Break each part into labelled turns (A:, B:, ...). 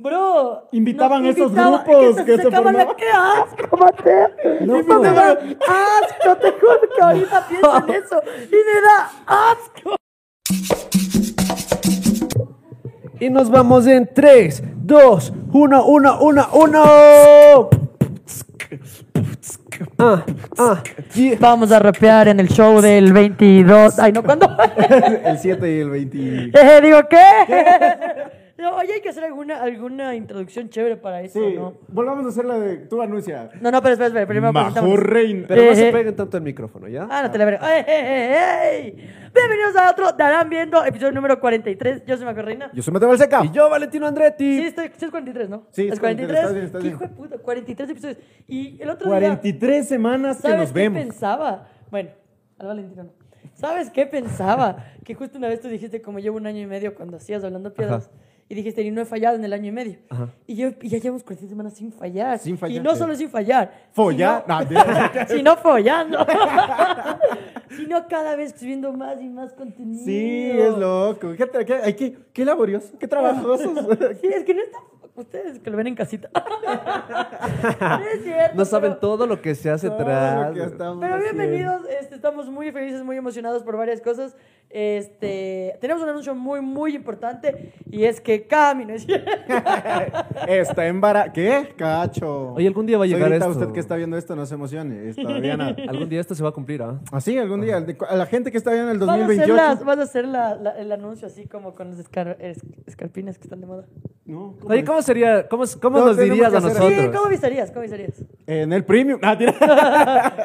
A: Bro.
B: Invitaban
A: nos
B: esos
A: invitaba-
B: grupos
A: se
B: que se
A: sacaban la-
B: formaban.
A: ¡Qué asco, Mateo!
B: No,
A: y me
B: pues.
A: da asco, te juro que ahorita pienso en eso. Y me da asco.
B: Y nos vamos en 3, 2, 1, 1, 1, 1. Ah, ah, y-
A: Vamos a rapear en el show del 22. Ay, no, ¿cuándo?
C: El 7 y el 20.
A: Eh, digo, ¿qué? No, oye, hay que hacer alguna, alguna introducción chévere para eso,
C: Sí,
A: ¿no?
C: volvamos a hacer la de tu anuncia.
A: No, no, pero espera, espera, primero
C: Majo
A: presentamos.
C: Reina.
B: Pero no
A: Eh,
B: se
A: eh.
B: peguen tanto el micrófono, ¿ya?
A: Ah, no te la veré. ¡Ey, ey, ey, ey! Bienvenidos a otro Darán Viendo, episodio número 43. Yo soy Maco Reina.
C: Yo soy Mateo Balseca.
B: Y yo, Valentino Andretti.
A: Sí, estoy, sí es 43, ¿no?
C: Sí,
A: es
C: es
A: 43.
C: 43, estás bien, estás
A: ¿Qué
C: bien.
A: hijo de puta? 43 episodios. Y el otro día,
C: 43 semanas que
A: ¿sabes
C: nos
A: qué
C: vemos.
A: pensaba? Bueno, al Valentino no. ¿Sabes qué pensaba? que justo una vez tú dijiste, como llevo un año y medio cuando hacías Hablando Piedras, y dijiste, y no he fallado en el año y medio. Y, yo, y ya llevamos 43 semanas sin fallar.
C: Sin fallar,
A: Y no
C: sí.
A: solo sin fallar.
C: Follar.
A: sino-
C: Ah, de-
A: sino follando. sino cada vez subiendo más y más contenido.
C: Sí, es loco. Qué, tra- qué- ay, qué- qué laborioso, qué trabajosos.
A: Sí, es que no está. Ustedes que lo ven en casita. No es cierto.
B: No saben
A: pero-
B: todo lo que se hace atrás.
A: Pero bienvenidos, este, estamos muy felices, muy emocionados por varias cosas. Este, tenemos un anuncio muy, muy importante y es que Camino es
C: Está embarazada. ¿Qué? Cacho.
B: Oye, algún día va a llegar
C: Señorita,
B: esto.
C: usted que está viendo esto, no se emocione. es Todavía nada.
B: Algún día esto se va a cumplir, ¿ah?
C: Así, algún día. de- A la gente que está viendo el
A: Vas a hacer,
C: 2028.
A: las- vas a hacer la- la- el anuncio así como con los escar- es- escarpines que están de moda.
C: No, ¿cómo
B: Oye,
C: es?
B: ¿cómo sería? ¿Cómo, cómo
C: No,
B: nos
C: tenemos
B: dirías
C: que
B: a
C: hacer-
B: nosotros?
A: Sí, ¿cómo visarías? ¿Cómo visarías?
C: En el premium. Ah, tira.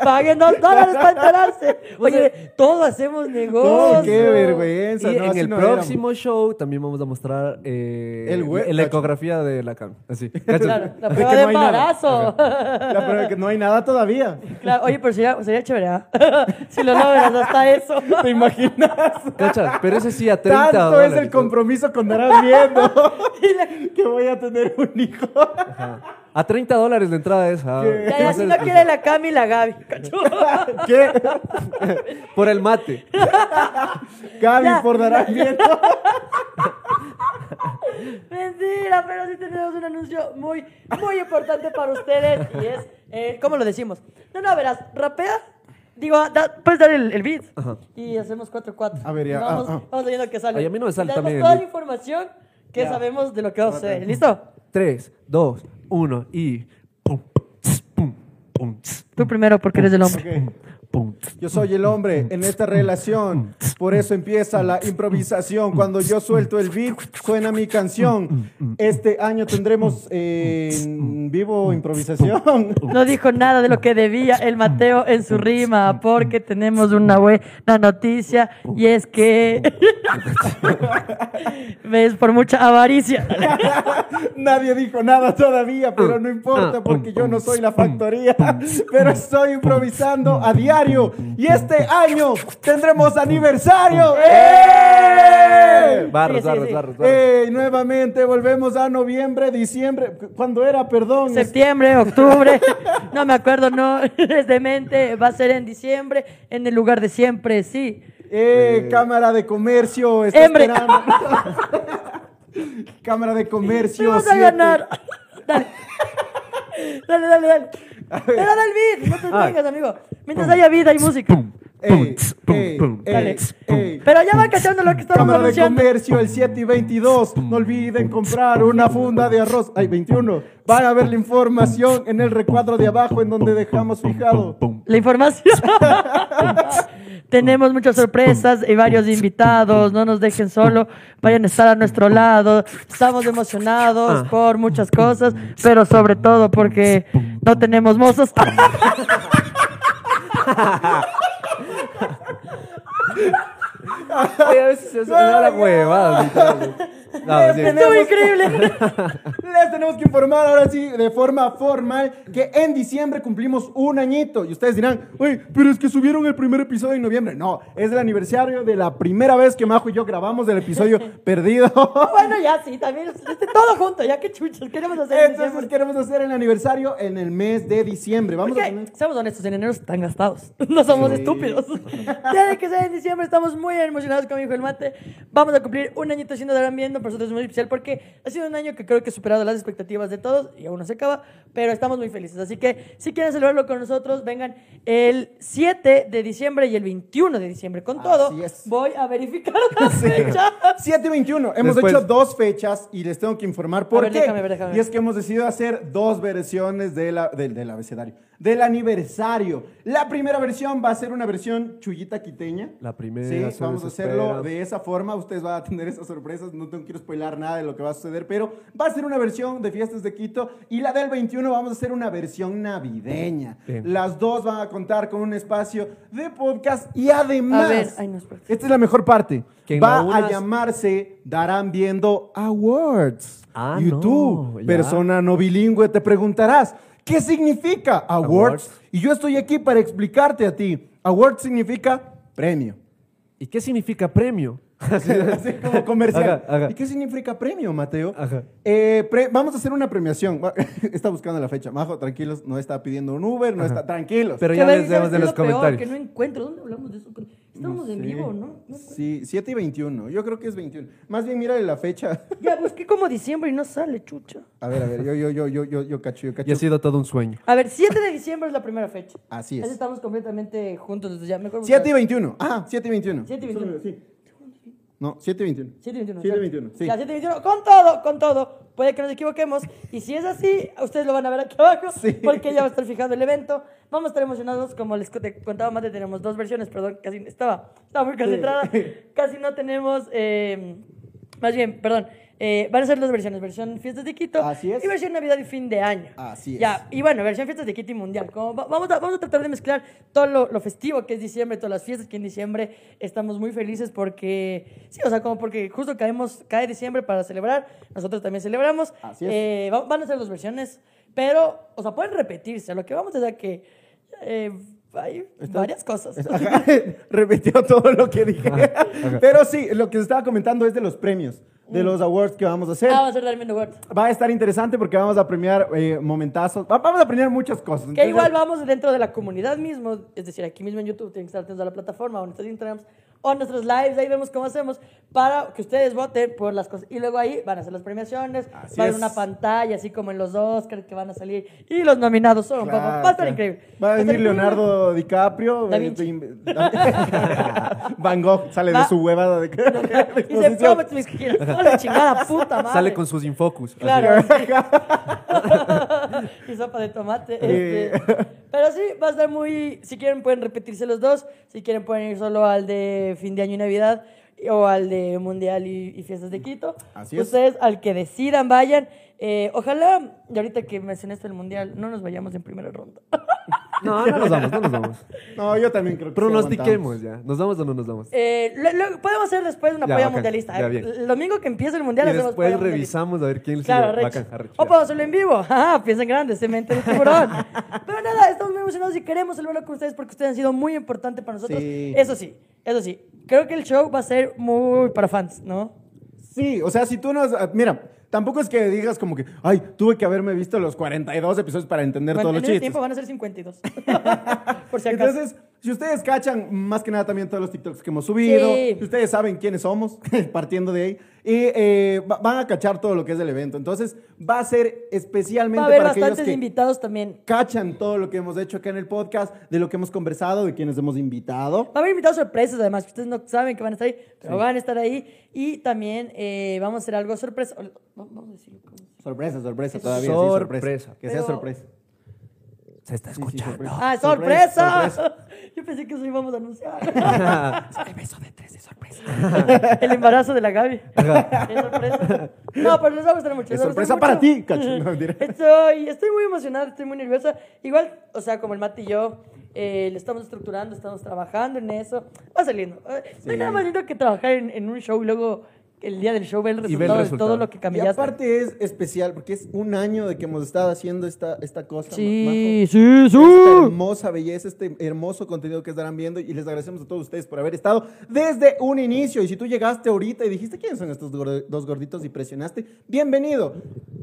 A: Paguen dos dólares para enterarse. Oye, todo hacemos negocio.
C: No, qué vergüenza.
B: Y
C: no,
B: en
C: así
B: el
C: no era.
B: próximo show también vamos a mostrar eh,
C: El hue-
B: la ecografía de la cam. Así. ¿cachas?
A: Claro, la
C: De
A: prueba
C: que
A: de
C: no hay nada.
A: embarazo.
C: La prueba es que no hay nada todavía.
A: Claro, oye, pero sería, sería chévere, ¿ah? Si lo logras hasta eso.
C: ¿Te imaginas?
B: ¿Cachas? Pero ese sí a 30
C: Tanto
B: dólares.
C: es el compromiso con Darás viendo
A: Y la-
C: que voy a tener un hijo.
B: Ajá. A 30 dólares la entrada es. ah.
C: ¿Qué?
A: Ya, ya, si no quiere la Cami y la Gaby. cacho.
C: ¿Qué?
B: Por el mate.
C: Gaby
A: Ya.
C: por Darás viendo
A: Mentira, pero sí tenemos un anuncio muy, muy importante para ustedes. Y es, eh, ¿cómo lo decimos? No, no, verás, rapea. Digo, ah, da- puedes dar el, el beat.
B: Ajá.
A: Y hacemos 4-4.
C: A ver, ya,
A: Vamos,
C: ah, ah.
A: vamos viendo qué sale.
B: Ay, a mí no me sale
A: Y damos
B: también el
A: toda la
B: beat.
A: información que
C: Ya.
A: sabemos de lo que va a suceder. ¿Listo?
B: 3, 2, 1 y. Pum, tss, pum, pum, tss,
A: Tú primero, porque eres el hombre.
B: pum, tss.
C: Yo soy el hombre en esta relación, por eso empieza la improvisación. Cuando yo suelto el beat, suena mi canción. Este año tendremos eh, en vivo improvisación.
A: No dijo nada de lo que debía el Mateo en su rima, porque tenemos una buena noticia y es que. ¿Ves? Por mucha avaricia.
C: Nadie dijo nada todavía, pero no importa porque yo no soy la factoría, pero estoy improvisando a diario y este año tendremos aniversario. ¡Eh!
B: Barros,
A: Sí, sí,
B: barros,
A: sí.
B: barros, barros.
C: ¡Ey! Nuevamente volvemos a noviembre, diciembre, cuando era, perdón.
A: Septiembre, octubre, no me acuerdo, no, es demente, va a ser en diciembre, en el lugar de siempre, sí.
C: Eh, Cámara de Comercio, está
A: Hembre.
C: esperando. Cámara de
A: ¡Sí
C: Comercio.
A: vas a
C: siete.
A: ganar! Dale, dale, dale, dale. Pero da el beat, no te
C: Ah.
A: tengas, amigo. Mientras haya vida, hay música.
C: Ey, ey, ey,
A: Dale.
C: ey.
A: Pero ya van cachando lo que estábamos
C: Cámara de
A: anunciando.
C: Comercio el 7 y 22. No olviden comprar una funda de arroz. Ay, 21. Van a ver la información en el recuadro de abajo en donde dejamos fijado.
A: La información. Tenemos muchas sorpresas y varios invitados. No nos dejen solo. Vayan a estar a nuestro lado. Estamos emocionados por muchas cosas, pero sobre todo porque no tenemos mozos.
B: Oye, a veces se hace una la huevada. literal. No, sí.
A: Estuvo increíble.
C: Les tenemos que informar ahora sí, de forma formal, que en diciembre cumplimos un añito. Y ustedes dirán, uy, pero es que subieron el primer episodio en noviembre. No, es el aniversario de la primera vez que Majo y yo grabamos del episodio perdido.
A: Bueno, ya sí, también. este, todo junto, ya que chuchos. Queremos hacer en
C: Entonces
A: diciembre.
C: queremos hacer el aniversario en el mes de diciembre. Vamos a
A: Porque,
C: tener...
A: seamos honestos, en enero están gastados. No somos
C: Sí.
A: estúpidos. Tiene que ser en diciembre. Estamos muy emocionados con mi hijo el mate. Vamos a cumplir un añito siendo Darán Viendo para nosotros es muy especial porque ha sido un año que creo que ha superado las expectativas de todos y aún no se acaba, pero estamos muy felices. Así que si quieren celebrarlo con nosotros, vengan el 7 de diciembre y el 21 de diciembre. Con todo,
C: Así es.
A: voy a verificar las
C: Sí.
A: fechas.
C: 721. Hemos
B: Después-
C: hecho dos fechas y les tengo que informar por
A: ver,
C: qué.
A: déjame ver, déjame ver.
C: Y es que hemos decidido hacer dos versiones de la- del, del abecedario, del aniversario. La primera versión va a ser una versión chullita quiteña.
B: La primera,
C: Sí,
B: se
C: vamos a
B: desespera.
C: hacerlo de esa forma. Ustedes van a tener esas sorpresas. No tengo quiero spoilar nada de lo que va a suceder, pero va a ser una versión de Fiestas de Quito. Y la del 21 vamos a hacer una versión navideña.
B: Bien.
C: Las dos van a contar con un espacio de podcast y además.
A: A ver, ay, no, espérate.
C: Esta es la mejor parte.
B: Que en
C: Va
B: la unas-
C: a llamarse Darán Viendo Awards.
B: Ah,
C: y tú,
B: no, ya.
C: persona no bilingüe, te preguntarás, ¿qué significa awards?
B: Awards.
C: Y yo estoy aquí para explicarte a ti. Awards significa premio.
B: ¿Y qué significa premio?
C: Así como comercial.
B: Ajá, ajá.
C: ¿Y qué significa premio, Mateo?
B: Ajá.
C: Eh, pre- vamos a hacer una premiación. Va- está buscando la fecha. Majo, tranquilos, no está pidiendo un Uber, no está... Tranquilos.
B: Pero
A: Qué
B: ya
A: verga,
B: les demos de
A: es
B: los
A: lo peor,
B: comentarios.
A: que no encuentro. ¿Dónde hablamos de eso? Estamos en vivo, ¿no? No encuentro.
C: Sí, 7 y 21. Yo creo que es 21. Más bien, mira la fecha.
A: Ya busqué como diciembre y no sale, chucha.
C: A ver, a ver, yo, yo, yo, yo, yo, yo cacho, yo cacho.
B: Y ha sido todo un sueño.
A: A ver, 7 de diciembre es la primera fecha.
C: Así es.
A: Ahí estamos completamente juntos desde ya. Mejor
C: 7 y 21. Ajá, 7 y 21.
A: 7 y 21.
C: Sí. No, 7 y 21.
A: 7 y 21.
C: 7 y
A: ¿cierto?
C: 21, sí.
A: Ya, 7 y 21. Con todo, con todo. Puede que nos equivoquemos. Y si es así, ustedes lo van a ver aquí abajo.
C: Sí.
A: Porque ya va a estar fijado el evento. Vamos a estar emocionados. Como les co- te contaba, Mate, tenemos dos versiones. Perdón, casi estaba, estaba muy concentrada. Casi no tenemos. eh, más bien, perdón. eh, van a ser las versiones, versión Fiestas de Quito
C: Así es.
A: y versión Navidad y fin de año.
C: Así es.
A: Ya, y bueno, versión Fiestas de Quito y Mundial. Como va- vamos, a, vamos a tratar de mezclar todo lo, lo festivo que es diciembre, todas las fiestas que en diciembre estamos muy felices porque, sí, o sea, como porque justo caemos, cae diciembre para celebrar, nosotros también celebramos.
C: Así es.
A: Eh, va- van a ser las versiones, pero, o sea, pueden repetirse. Lo que vamos es a que eh, hay varias cosas.
C: Ajá, repitió todo lo que dije. Pero sí, lo que se estaba comentando es de los premios, de los awards que vamos a hacer.
A: Mm. Ah, va a ser Darmiendo Word.
C: Va a estar interesante porque vamos a premiar eh, momentazos. Va- Vamos a premiar muchas cosas.
A: Que
C: Entonces,
A: igual vamos dentro de la comunidad mismo, es decir, aquí mismo en YouTube tienen que estar atentos a la plataforma, o en nuestros Instagrams, o en nuestros lives, ahí vemos cómo hacemos para que ustedes voten por las cosas. Y luego ahí van a hacer las premiaciones,
C: Así
A: va a haber
C: es.
A: una pantalla, así como en los Oscars que van a salir, y los nominados son,
C: claro,
A: papá, va a estar
C: claro.
A: increíble.
C: Va a
A: estar
C: venir
A: increíble.
C: Leonardo DiCaprio.
A: Da
C: eh,
A: Vinci.
C: de- da- Van Gogh sale
A: Va-
C: de su huevada de, de
A: Y se
C: exposición.
A: promete mis giras, ¡Hola, chingada puta madre!
B: Sale con sus infocus. así.
A: Ah, Claro. sí. y sopa de tomate.
C: Eh.
A: este. Pero sí, va a estar muy. Si quieren, pueden repetirse los dos. Si quieren, pueden ir solo al de fin de año y Navidad o al de Mundial y, y Fiestas de Quito.
C: Así es.
A: Ustedes, al que decidan, vayan. Eh, ojalá, y ahorita que mencionaste el Mundial, no nos vayamos en primera ronda.
B: No, no nos vamos, no nos vamos.
C: No, yo también creo que sí
B: Pronostiquemos ya. ¿Nos vamos o no nos vamos?
A: Eh, lo- lo- podemos hacer después una
B: Ya,
A: polla
B: bacán,
A: mundialista.
B: ya,
A: Eh,
B: bien.
A: El domingo que empieza el Mundial,
B: Y
A: hacemos polla
B: después
A: mundialista.
B: revisamos a ver quién
A: Claro, Oh, pues,
B: sigue.
A: Rex.
B: Bacán, arrecho,
A: O
B: ya.
A: podemos hacerlo en vivo. Ajá, piensen grande, cemento el tiburón. Pero nada, estamos muy emocionados y queremos celebrarlo con ustedes porque ustedes han sido muy importantes para nosotros.
C: Sí.
A: Eso sí, eso sí. Creo que el show va a ser muy para fans, ¿no?
C: Sí, o sea, si tú no... ah, Mira, tampoco es que digas como que, ay, tuve que haberme visto los 42 episodios para entender
A: Bueno,
C: todos
A: en
C: los
A: ese
C: chistes.
A: tiempo van a ser 52. Por si acaso.
C: Entonces, si ustedes cachan, más que nada también todos los TikToks que hemos subido,
A: Sí.
C: si ustedes saben quiénes somos, partiendo de ahí, y eh, va- van a cachar todo lo que es el evento. Entonces, va a ser especialmente
A: va a haber
C: para aquellos
A: bastantes
C: que
A: invitados también.
C: cachan todo lo que hemos hecho acá en el podcast, de lo que hemos conversado, de quienes hemos invitado.
A: Va a haber invitados sorpresas, además, que ustedes no saben que van a estar ahí, pero van a estar ahí. Y también eh, vamos a hacer algo sorpresa. o- Vamos a decirlo como.
C: Sorpresa, sorpresa
A: Eso.
C: todavía. sí,
B: Sorpresa.
C: Que sea
A: Pero-
C: sorpresa.
B: Se está
C: Sí, sí,
B: escuchando.
A: ¡Ah, sorpresa! Yo pensé que eso íbamos a anunciar.
B: El beso de tres de sorpresa.
A: El embarazo de la Gaby. Es sorpresa. No, pero les va a gustar mucho. les
C: Es
A: va a
C: sorpresa
A: gustar
C: para
A: mucho.
C: ti, cacho. No, mentira.
A: estoy, estoy muy emocionada, estoy muy nerviosa. Igual, o sea, como el Mati y yo, eh, le estamos estructurando, estamos trabajando en eso. Va saliendo. Eh, No hay nada más lindo que trabajar en, en un show y luego el día del show ver el
B: Y
A: resultado,
B: ver el
A: de
B: resultado.
A: todo lo que
C: Y
A: cambiaste.
C: aparte es especial porque es un año de que hemos estado haciendo esta, esta cosa.
A: sí, sí, sí.
C: Esta hermosa belleza, este hermoso contenido que estarán viendo y les agradecemos a todos ustedes por haber estado desde un inicio. Y si tú llegaste ahorita y dijiste quiénes son estos gor- dos gorditos y presionaste, bienvenido.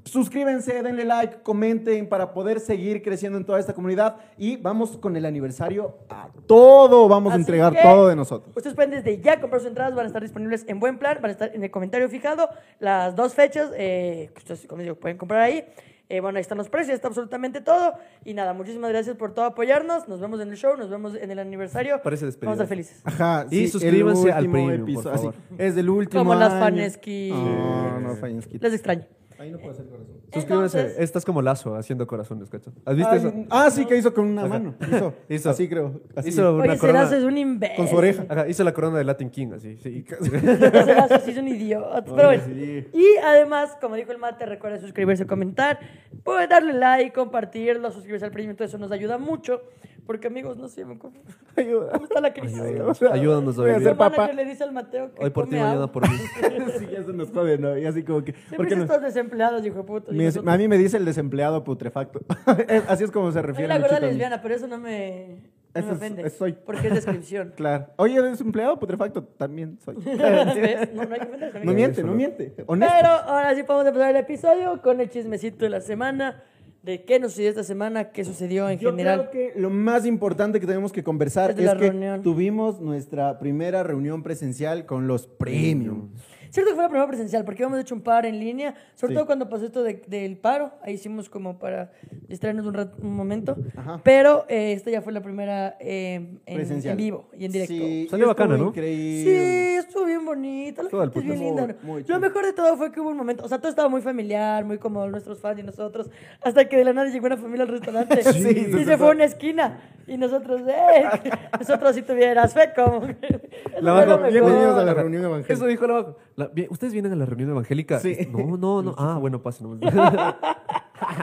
C: Suscríbanse, denle like, comenten para poder seguir creciendo en toda esta comunidad y vamos con el aniversario a todo. Vamos a
A: Así
C: entregar
A: que
C: todo de nosotros.
A: Ustedes pueden desde ya comprar sus entradas, van a estar disponibles en buen plan, van a estar en el comentario fijado, las dos fechas eh, que ustedes como digo, pueden comprar ahí. Eh, bueno, ahí están los precios, está absolutamente todo. Y nada, muchísimas gracias por todo apoyarnos. Nos vemos en el show, nos vemos en el aniversario.
D: Parece despedida.
A: Vamos a estar felices.
C: Ajá.
D: Y suscríbanse al premium, por
C: episodio-
D: favor.
C: así, es del último.
A: Como las
C: año.
A: Faneski.
C: No, no, Faneski.
A: Les extraño.
C: pues, Ahí no puedo hacer corazón.
D: Suscríbanse.
A: Entonces-
D: Estás como lazo haciendo corazones, cacho. ¿Has visto eso?
C: Ah, sí, que hizo con una
D: Ajá.
C: mano. Hizo.
D: Hizo.
C: Así creo. Así.
D: Hizo una
A: Oye,
D: corona.
A: Serazo es un imbécil.
C: Con su oreja.
D: Ajá, hizo la corona de Latin King, así. Sí.
A: Serazo sí es un idiota. Pero
C: Oye,
A: bueno.
C: sí.
A: Y además, como dijo el mate, recuerden suscribirse, comentar, pueden darle like, compartirlo, suscribirse al premium. Todo eso nos ayuda mucho. Porque, amigos, no sé, me acuerdo-
C: Ayuda.
A: ¿cómo está la crisis?
D: Ayúdanos, ayúdanos
C: Voy a
D: hoy.
A: Mi
D: día.
C: hacer pa- papá.
A: manager le dice al Mateo que
D: Hoy por ti,
A: come
D: mañana
A: agua.
D: por mí.
C: sí, ya se nos jode, ¿no? Y así como que. ¿por qué
A: Siempre
C: no?
A: estos desempleados, hijo de puta.
C: Me- a mí me dice el desempleado putrefacto. Es- así es como se
A: Soy
C: refiere.
A: la
C: mi
A: gorda
C: chico a mí.
A: lesbiana, pero eso no me, no
C: Eso
A: me
C: es-
A: ofende.
C: eso soy.
A: Porque es descripción.
C: Claro. Oye, desempleado putrefacto también soy.
A: ¿Ves? no, no hay que ofenderse,
C: No
A: amigos.
C: miente, no miente. Honesto.
A: Pero ahora sí podemos empezar el episodio con el chismecito de la semana. De qué nos sucedió esta semana, qué sucedió en
C: Yo
A: general.
C: creo que lo más importante que tenemos que conversar
A: Es de
C: es,
A: la
C: que
A: reunión.
C: tuvimos nuestra primera reunión presencial con los premium.
A: Cierto que fue la primera presencial, porque habíamos hecho un par en línea, sobre
C: Sí.
A: todo cuando pasó esto de- del paro, ahí hicimos como para distraernos un, rat- un momento,
C: Ajá.
A: pero eh, esta ya fue la primera eh, en,
C: Presencial.
A: en vivo y en directo.
C: Sí,
D: Salió
C: estuvo
D: bacana, ¿no?
C: Increíble.
A: Sí, estuvo bien bonito. La
D: Todo el
A: gente es bien
D: puto.
A: linda.
C: Muy,
A: ¿no?
C: muy
A: Lo
C: chido.
A: mejor de todo fue que hubo un momento, o sea, todo estaba muy familiar, muy cómodo, nuestros fans y nosotros, hasta que de la nada llegó una familia al restaurante
C: Sí,
A: y
C: se
A: se,
C: sentó.
A: fue a una esquina. Y nosotros, ¡eh! nosotros si tuvieras fe, como.
D: La
A: Eso fue lo
D: vaca,
A: mejor.
C: bienvenidos a la reunión evangélica.
D: Eso dijo la vaca. La- bien, ¿Ustedes vienen a la reunión evangélica?
C: Sí.
D: No, no, no. Ah, bueno, pasen.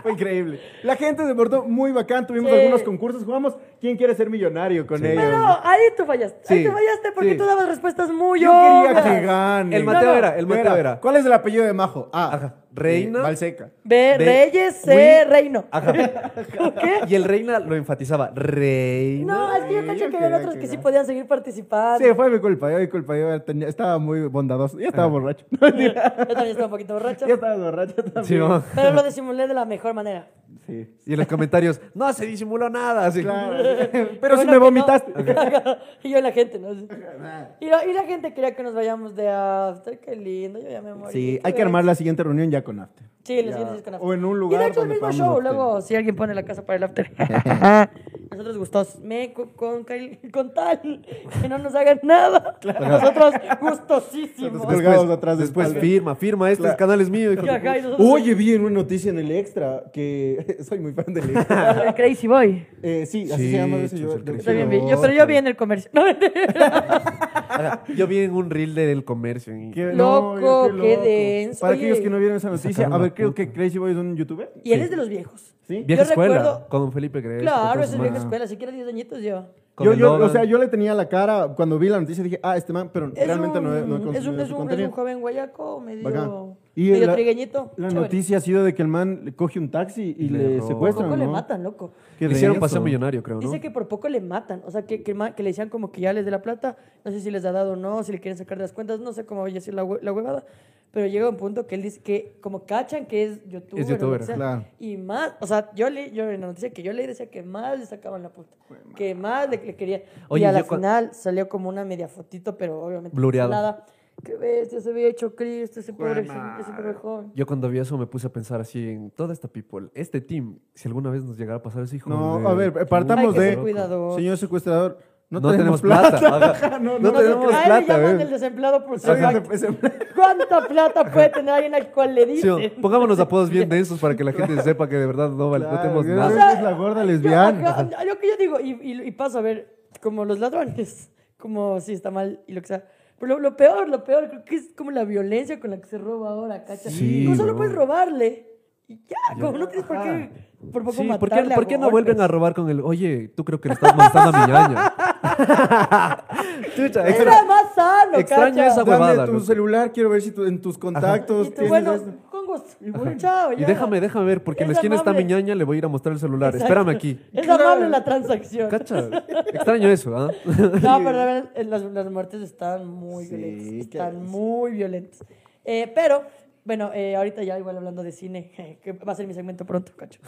C: Fue increíble. La gente se portó muy bacán. Tuvimos
A: Sí.
C: algunos concursos. Jugamos ¿Quién quiere ser millonario con ellos?
A: Pero ahí tú fallaste. Ahí
D: Sí,
A: tú fallaste porque
D: sí.
A: tú dabas respuestas muy
C: Yo quería que
A: obvias.
C: gane.
D: El Mateo
C: No, no,
D: era, el Mateo era.
C: ¿Cuál es el apellido de Majo? A.
D: Ajá. Reina.
C: eh, Balseca.
A: Ve,
D: De-
A: Reyes,
D: Uy.
A: C, Reino. ¿Qué?
D: Y el reina lo enfatizaba. Reina.
A: No, es que yo
C: Sí,
A: cacho
C: yo
A: que había
C: quería
A: otros
C: que
A: que sí
C: gane.
A: podían seguir participando.
C: Sí, fue mi culpa. Yo mi culpa. Yo tenía- estaba muy bondadoso. Ya estaba borracho.
A: Yo también estaba un poquito borracho.
C: Ah. Ya estaba borracho también.
D: Sí, ¿no?
A: Pero lo disimulé de la mejor manera.
C: Sí.
D: Y en los comentarios, no se disimuló nada. Así.
C: Claro.
A: Pero
C: Pero si me vomitaste.
A: y yo y la gente, ¿no? Y la, y la gente quería que nos vayamos de after. Qué lindo, yo ya me morí.
C: Sí,
A: Qué
C: hay que
A: bello.
C: armar la siguiente reunión ya con After.
A: Sí,
C: Ya.
A: los siguientes con after.
C: O en un
A: Y
C: lugar
A: de hecho, el
C: donde
A: mismo
C: podamos
A: show.
C: after.
A: Luego, si alguien pone la casa para el after. Nosotros gustos. Me, con, con, con tal que no nos hagan nada. Nosotros gustosísimos.
C: Nosotros colgados atrás de
D: después
C: espalda.
D: firma, firma, este canal es mío. hijo de
A: Y acá, y nosotros-
C: Oye, vi en una noticia en el Extra que soy muy fan del Extra.
A: El Crazy Boy.
C: Eh, sí, así
D: Sí,
C: se llama. ese
D: chucho,
C: yo-
D: el Crazy
A: Está bien,
D: Boy.
A: bien. Yo, pero yo vi en el comercio. No,
D: Ajá, Yo vi en un reel del comercio. y-
C: Qué-
A: Loco,
C: no,
A: qué
C: yo- loco.
A: denso.
C: Para
A: Oye.
C: aquellos que no vieron esa noticia,
D: sacaron
C: a
D: la
C: ver, creo
D: puta.
C: que Crazy Boy es un youtuber.
A: Y él es de los viejos.
C: Sí.
D: Vieja
A: Yo
D: escuela.
A: recuerdo-
D: Con Felipe Grecia.
A: Claro,
D: con
A: esa es
D: sus
A: vieja
D: manos.
A: escuela. Si quieres 10 añitos, lleva.
D: Con
C: Yo,
D: el
C: yo, o
D: Logan.
C: sea, yo le tenía la cara cuando vi la noticia dije, ah, este man, pero
A: Es
C: realmente
A: un,
C: no, he- no he
A: es, un,
C: consumido
A: es,
C: su
A: un, es
C: contenido.
A: un joven guayaco medio,
C: Bacán.
A: medio
C: la,
A: trigueñito.
C: la
A: chévere.
C: noticia ha sido de que el man le coge un taxi y,
D: Y le
C: le
D: roba.
A: Por
C: secuestran,
A: poco le
C: ¿no?
A: matan, loco.
C: Qué
D: Le hicieron
C: denso.
D: paseo millonario, creo, ¿no?
A: Dice que por poco le matan. O sea, que, que, ma- que le decían como que ya les de la plata. No sé si les ha dado o no, si le quieren sacar de las cuentas. No sé cómo vaya a ser la, hue- la huevada. Pero llega un punto que él dice que como cachan que es youtuber. o lo que
D: youtuber,
A: sea,
C: claro.
A: Y más, o sea, yo leí, yo en la noticia que yo leí decía que más le sacaban la puta. Que más le, le querían. y
D: Oye,
A: a la
D: yo cua-
A: final salió como una media fotito, pero obviamente
D: Blureado.
A: nada. Qué bestia, se había hecho Cristo, ese pobre, ese pobre joven.
D: Yo cuando vi eso me puse a pensar así en toda esta people, este team, si alguna vez nos llegara a pasar eso, hijo de
C: No, a ver,
D: puta,
C: partamos
A: Hay que ser
C: de.
A: cuidadosos.
C: Señor secuestrador, no,
D: No
C: tenemos,
D: tenemos
C: plata.
D: plata.
C: Ajá, no, no,
D: No tenemos
C: tenemos
A: a él le
D: plata,
A: llaman
D: ¿eh?
A: el desempleado por ser
C: Ajá.
A: acto. ¿Cuánta plata puede tener alguien al cual le
D: Sí,
A: dice?
D: o- pongámonos apodos bien densos para que la gente sepa que de verdad no, vale, no tenemos
C: Claro,
D: nada.
C: es- es la gorda lesbiana.
A: Yo, lo que yo digo, y, y, y pasa a ver, como los ladrones, como si está mal y lo que sea. Pero lo, lo peor, lo peor, creo que es como la violencia con la que se roba ahora, ¿cacha?
D: Sí,
A: no solo
D: bro.
A: puedes robarle. Y ya, como no tienes por qué, por poco
D: Sí, ¿por qué,
A: matarle
D: por qué
A: a
D: no vuelven a robar con el, oye, tú creo que le estás molestando a mi ñaña? Chucha,
A: golpes?
D: extra-
A: Era más sano,
D: extraño
A: cacha.
D: esa-
C: Dame
D: huevada,
C: tu
D: ¿no?
C: celular, quiero ver si tu- en tus contactos
A: Y tú,
C: tienes
A: bueno,
C: esto.
A: con gusto. Y bueno, chao,
D: Y
A: ya.
D: déjame, déjame ver, porque en la
A: Es
D: esquina está mi
A: amable.
D: ñaña, le voy a ir a mostrar el celular.
A: Exacto.
D: Espérame aquí.
A: Es
C: Claro.
A: amable la transacción.
D: Cacha, extraño eso, ¿ah?
A: No, pero de verdad, eh, las, las muertes están muy
C: Sí,
A: violentas.
C: qué
A: Están
C: denso.
A: muy violentas. Eh, pero Bueno, eh, ahorita ya igual hablando de cine, que va a ser mi segmento pronto, cacho.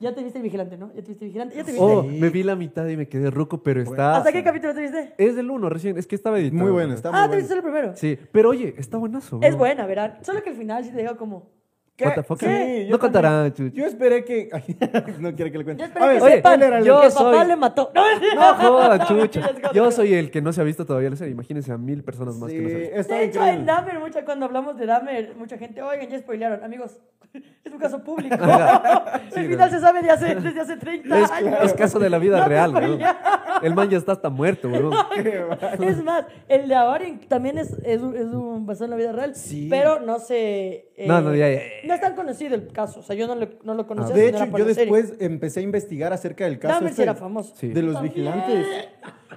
A: Ya te viste vigilante, ¿no? Ya te viste vigilante, ya te viste.
D: Oh, me vi la mitad y me quedé ruco, pero está.
A: ¿Hasta qué capítulo te viste?
D: Es del uno recién, es que estaba editado.
C: Muy bueno, está
A: Ah,
C: muy
A: te
C: bueno.
A: viste solo el primero.
D: Sí, pero oye, está buenazo.
A: Es
D: bro.
A: buena, verán. Solo que al final sí te deja como.
C: ¿Qué?
D: What the fuck?
C: Sí, yo
D: no contarán, chucho.
C: Yo esperé que. Ay, no quiero que le cuente.
A: Yo espero que
D: oye,
A: sepan
D: spoiler alert.
A: que
D: yo
A: el papá
D: soy-
A: le mató. No,
D: No joda, chucha. Yo soy el que no se ha visto todavía la serie. Imagínense a mil personas más que no se han
C: Sí,
D: visto.
C: está
A: de hecho, en
C: increíble.
A: Dahmer, mucha, cuando hablamos de Dahmer, mucha gente, oigan, ya spoilearon. Amigos, es un caso público. el final se sabe de hace, desde hace 30
D: Es,
A: años.
D: es caso de la vida
A: No te
D: real, weón.
A: spoilearon.
D: El man ya está hasta muerto, weón.
A: Es más, el de Avarin también es, es, un- es un basado en la vida real,
C: Sí.
A: pero no se... eh,
D: No, no, ya, Ah, ya, ya.
A: No es tan conocido el caso, o sea, yo no lo, no lo conocía.
C: De
A: sino era
C: hecho,
A: por
C: yo
A: la serie.
C: después empecé a investigar acerca del caso
A: Dahmer sí
C: este
A: era famoso.
D: Sí.
C: de los
A: También.
C: vigilantes.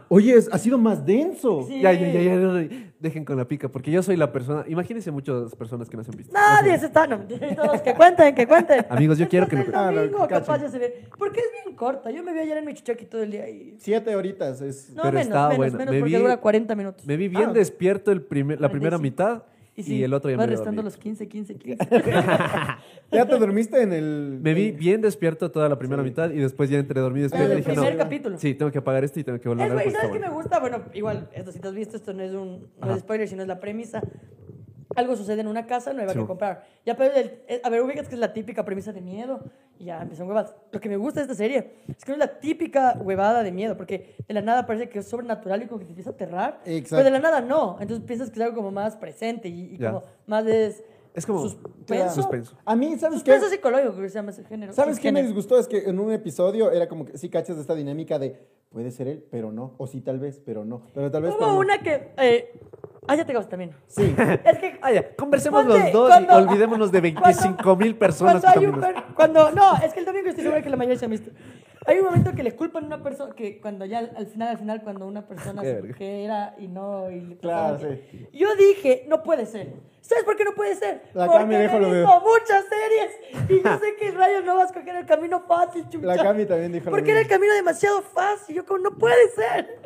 C: Oye, es- ha sido más denso.
A: Sí.
D: Ya, ya, ya, ya, no, no, Dejen con la pica, porque yo soy la persona. Imagínense muchas personas que no se han visto.
A: Nadie se está... No, todos que cuenten, que cuenten.
D: Amigos, yo
A: Es
D: quiero
A: hasta
D: que
A: el
D: lo-
C: Ah, no,
A: domingo,
C: cacho.
A: capaz ya se ve. Porque es bien corta, yo me vi ayer en mi chuchaqui todo el día y...
C: Siete horitas es.
A: No,
D: Pero
A: menos,
D: estaba
A: menos,
D: buena.
A: menos,
D: Me
A: porque
D: vi-
A: dura 40 minutos.
D: Me vi bien
C: Ah.
D: despierto el primer, la primera
A: 45.
D: mitad y,
A: sí,
D: el otro ya
A: vas
D: me
A: restando
D: dormí.
A: los 15, 15, 15.
C: ¿Ya te dormiste en el.
D: Me vi
C: en-
D: bien despierto toda la primera mitad y después ya entre dormir
A: Pero
D: despierto.
A: el
D: dije,
A: primer
D: no,
A: capítulo.
D: Sí, tengo que apagar esto y tengo que volver
A: Es,
D: a ver.
A: güey,
D: porque
A: ¿sabes qué
D: está
A: me
D: bueno.
A: gusta? Bueno, igual, esto si te has visto, esto no es un no es
D: Ajá.
A: spoiler, sino es la premisa. Algo sucede en una casa nueva
D: Sí.
A: que comprar. Ya, pero el- eh, a ver, ubicas que es la típica premisa de miedo. Y ya empiezan huevadas. Lo que me gusta de esta serie es que no es la típica huevada de miedo, porque de la nada parece que es sobrenatural y como que te empieza a aterrar.
C: Exacto.
A: Pero de la nada no. Entonces piensas que es algo como más presente y, y
D: Ya.
A: como más es.
D: Es como-
A: Suspenso.
D: Suspenso.
C: A mí, ¿sabes qué?
A: Suspenso psicológico, que se llama ese género.
C: ¿Sabes qué me
A: subgénero.
C: disgustó? Es que en un episodio era como que sí cachas esta dinámica de puede ser él, pero no. O sí, tal vez, pero no. Pero tal vez. pero
A: Hubo
C: no.
A: una que. Eh, ah, ya te acabas también.
C: Sí.
A: Es que.
D: Ah, ya, conversemos
A: Ponte,
D: los dos
A: cuando-
D: y olvidémonos de 25 mil personas
A: Cuando
D: que
A: hay un
D: también nos-
A: per- cuando no, es que el domingo estoy segura que la mayoría se han visto. Hay un momento que les culpan a una persona que cuando ya al al final al final cuando una persona
D: Qué
A: se
D: verga.
A: que era y no y le
C: Claro,
A: pasaba que- Yo dije, no puede ser. ¿Sabes por qué no puede ser?
C: La
A: Porque
C: Cami
A: me
C: dijo
A: he
C: lo
A: visto
C: mismo.
A: muchas series y yo sé que rayos no vas a coger el camino fácil, chucha.
C: La Cami también dijo lo
A: Porque era el
C: mismo.
A: camino demasiado fácil, yo como no puede ser.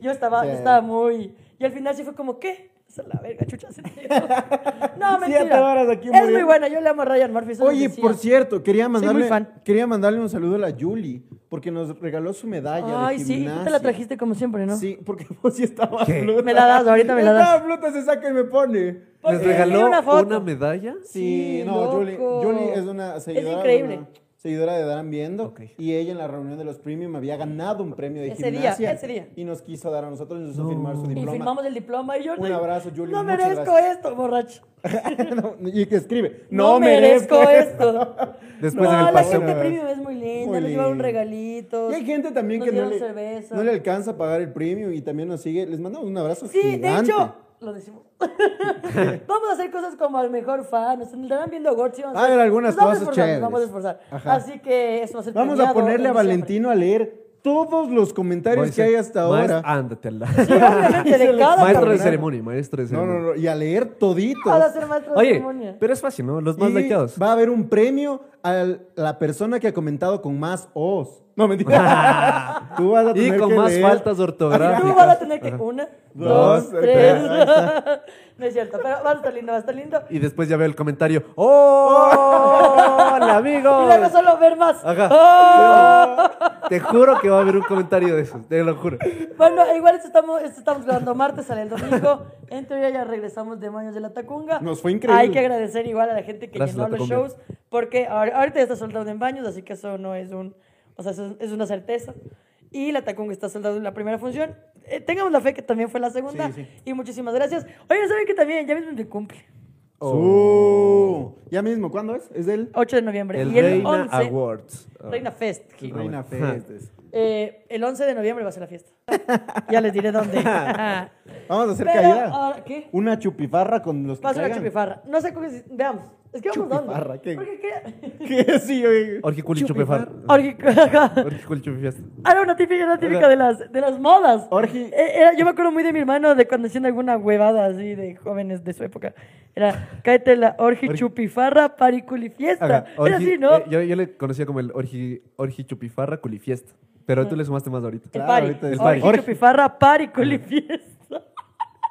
A: Yo estaba
C: Sí.
A: yo estaba muy y al final sí fue como, ¿qué? Esa es la verga, chucha. se te dio. No,
C: Siete
A: mentira.
C: horas aquí
A: es muy
C: muriendo.
A: buena, yo le amo a Ryan Murphy. eso
C: Oye,
A: les decía.
C: por cierto, quería mandarle,
A: muy fan.
C: quería mandarle un saludo a la Julie, porque nos regaló su medalla.
A: Ay,
C: de
A: sí, tú te la
C: gimnasia.
A: trajiste como siempre, ¿no?
C: Sí, porque vos sí estaba
D: ¿Qué?
C: fluta.
A: Me la das, ahorita me la das.
C: Estaba fluta, se saca y me pone.
A: Porque le
D: Les
A: di
D: regaló
A: Eh, una
D: una,
A: foto.
D: medalla.
C: Sí,
A: Sí,
C: no,
A: loco.
C: Julie, Julie es una
A: Es
C: seguidora.
A: increíble.
C: una seguidora de Darán Viendo.
D: Ok.
C: Y ella en la reunión de los premium había ganado un premio de
A: Ese día,
C: gimnasia.
A: ese día.
C: Y nos quiso dar a nosotros y nos hizo firmar su
A: Y
C: diploma.
A: firmamos el diploma y yo
C: Un
A: no-
C: abrazo, Julie,
A: No
C: muchas
A: merezco
C: gracias.
A: esto, borracho.
C: No, y que escribe, no, merezco, esto.
D: Después
A: no,
D: en el
A: la
D: paseo.
A: gente premium es muy linda,
C: Muy
A: nos llevaron
C: linda.
A: regalitos.
C: Y hay gente también
A: nos
C: que no
A: dieron
C: le,
A: cerveza.
C: no le alcanza a pagar el premio y también nos sigue. Les mandamos un abrazo
A: Sí,
C: gigante.
A: de hecho, lo decimos. vamos a hacer cosas como al mejor fan. Nos estarán viendo Gorchi.
C: Va a haber Ah, algunas
A: nos vamos a
C: cosas
A: esforzar,
C: chéveres.
A: Nos vamos a esforzar.
C: Ajá.
A: Así que eso va a ser
C: Vamos a
A: premiado
C: ponerle a
A: en diciembre.
C: Valentino a leer todos los comentarios que hay hasta ahora.
D: Ándate al lado.
A: Sí, obviamente, de cada
D: Maestro de
A: cabrón.
D: ceremonia, maestro de
C: No,
D: ceremonia.
C: no, no. Y a leer toditos.
A: Ahora ser maestro de ceremonia.
D: Oye, pero es fácil, ¿no? Los más
C: Y
D: likeados.
C: va a haber un premio a la persona que ha comentado con más O's. No, mentira. Tú vas a
D: Y
C: tener
D: con
C: que
D: más
C: leer.
D: faltas
A: Tú
D: ortográficas.
A: vas a tener que. Una, dos,
C: Dos,
A: tres.
C: tres,
A: no es cierto, pero va a estar lindo, va a estar lindo.
D: Y después ya veo el comentario. ¡Oh! ¡Hola,
A: Y
D: amigos!
A: luego solo ver más.
D: Ajá.
A: ¡Ah!
D: Te juro que va a haber un comentario de esos, te lo juro.
A: Bueno, igual esto estamos, esto estamos grabando martes, sale el domingo. En teoría ya regresamos de Maños de la Tacunga.
C: Nos fue increíble.
A: Hay que agradecer igual a la gente que
D: Gracias,
A: llenó
D: La
A: los
D: Tacunga.
A: shows, porque ahor- ahorita ya está soldado en baños, así que eso no es un. O sea, eso es- es una certeza. Y la Tacunga está soldado en la primera función. Eh, tengamos la fe que también fue la segunda.
C: Sí,
A: Y muchísimas gracias. Oigan, ¿saben que también? Ya mismo es mi cumple.
C: Oh. Ya mismo, ¿cuándo es? Es del
A: 8 de noviembre.
D: El
A: y el
D: Reina
A: 11.
D: Awards. Ah.
A: Reina Fest. Gil.
C: Reina Festes.
A: Eh, el 11 de noviembre va a ser la fiesta. ya les diré dónde.
C: Vamos a hacer
A: Pero,
C: caída.
A: ahora, ¿qué?
C: Una chupifarra con los que
A: Va a ser una
C: caigan.
A: chupifarra. No sé cómo es. Veamos. Es que vamos
C: Chupifarra,
A: dando.
C: ¿qué?
A: Porque qué.
C: ¿Qué? Sí, oye.
D: Orquiculi chupefar.
A: Orgi-
D: Orquiculi chupefas.
A: Ah, no, una típica, una típica de las, de las modas.
C: Orgi-
A: Eh, era- yo me acuerdo muy de mi hermano de cuando hacían alguna huevada así de jóvenes de su época. Era, cáete la orgi, chupifarra, pariculi fiesta.
D: Ajá,
A: Era
D: orgi-
A: así, ¿no?
D: eh, yo, yo le conocía como el orgi, orgi chupifarra culifiesta. Pero tú le sumaste más ahorita.
A: El
C: Claro,
A: pari.
C: ahorita
D: es
A: Orgi,
C: pari.
A: chupifarra, pari, culi, fiesta.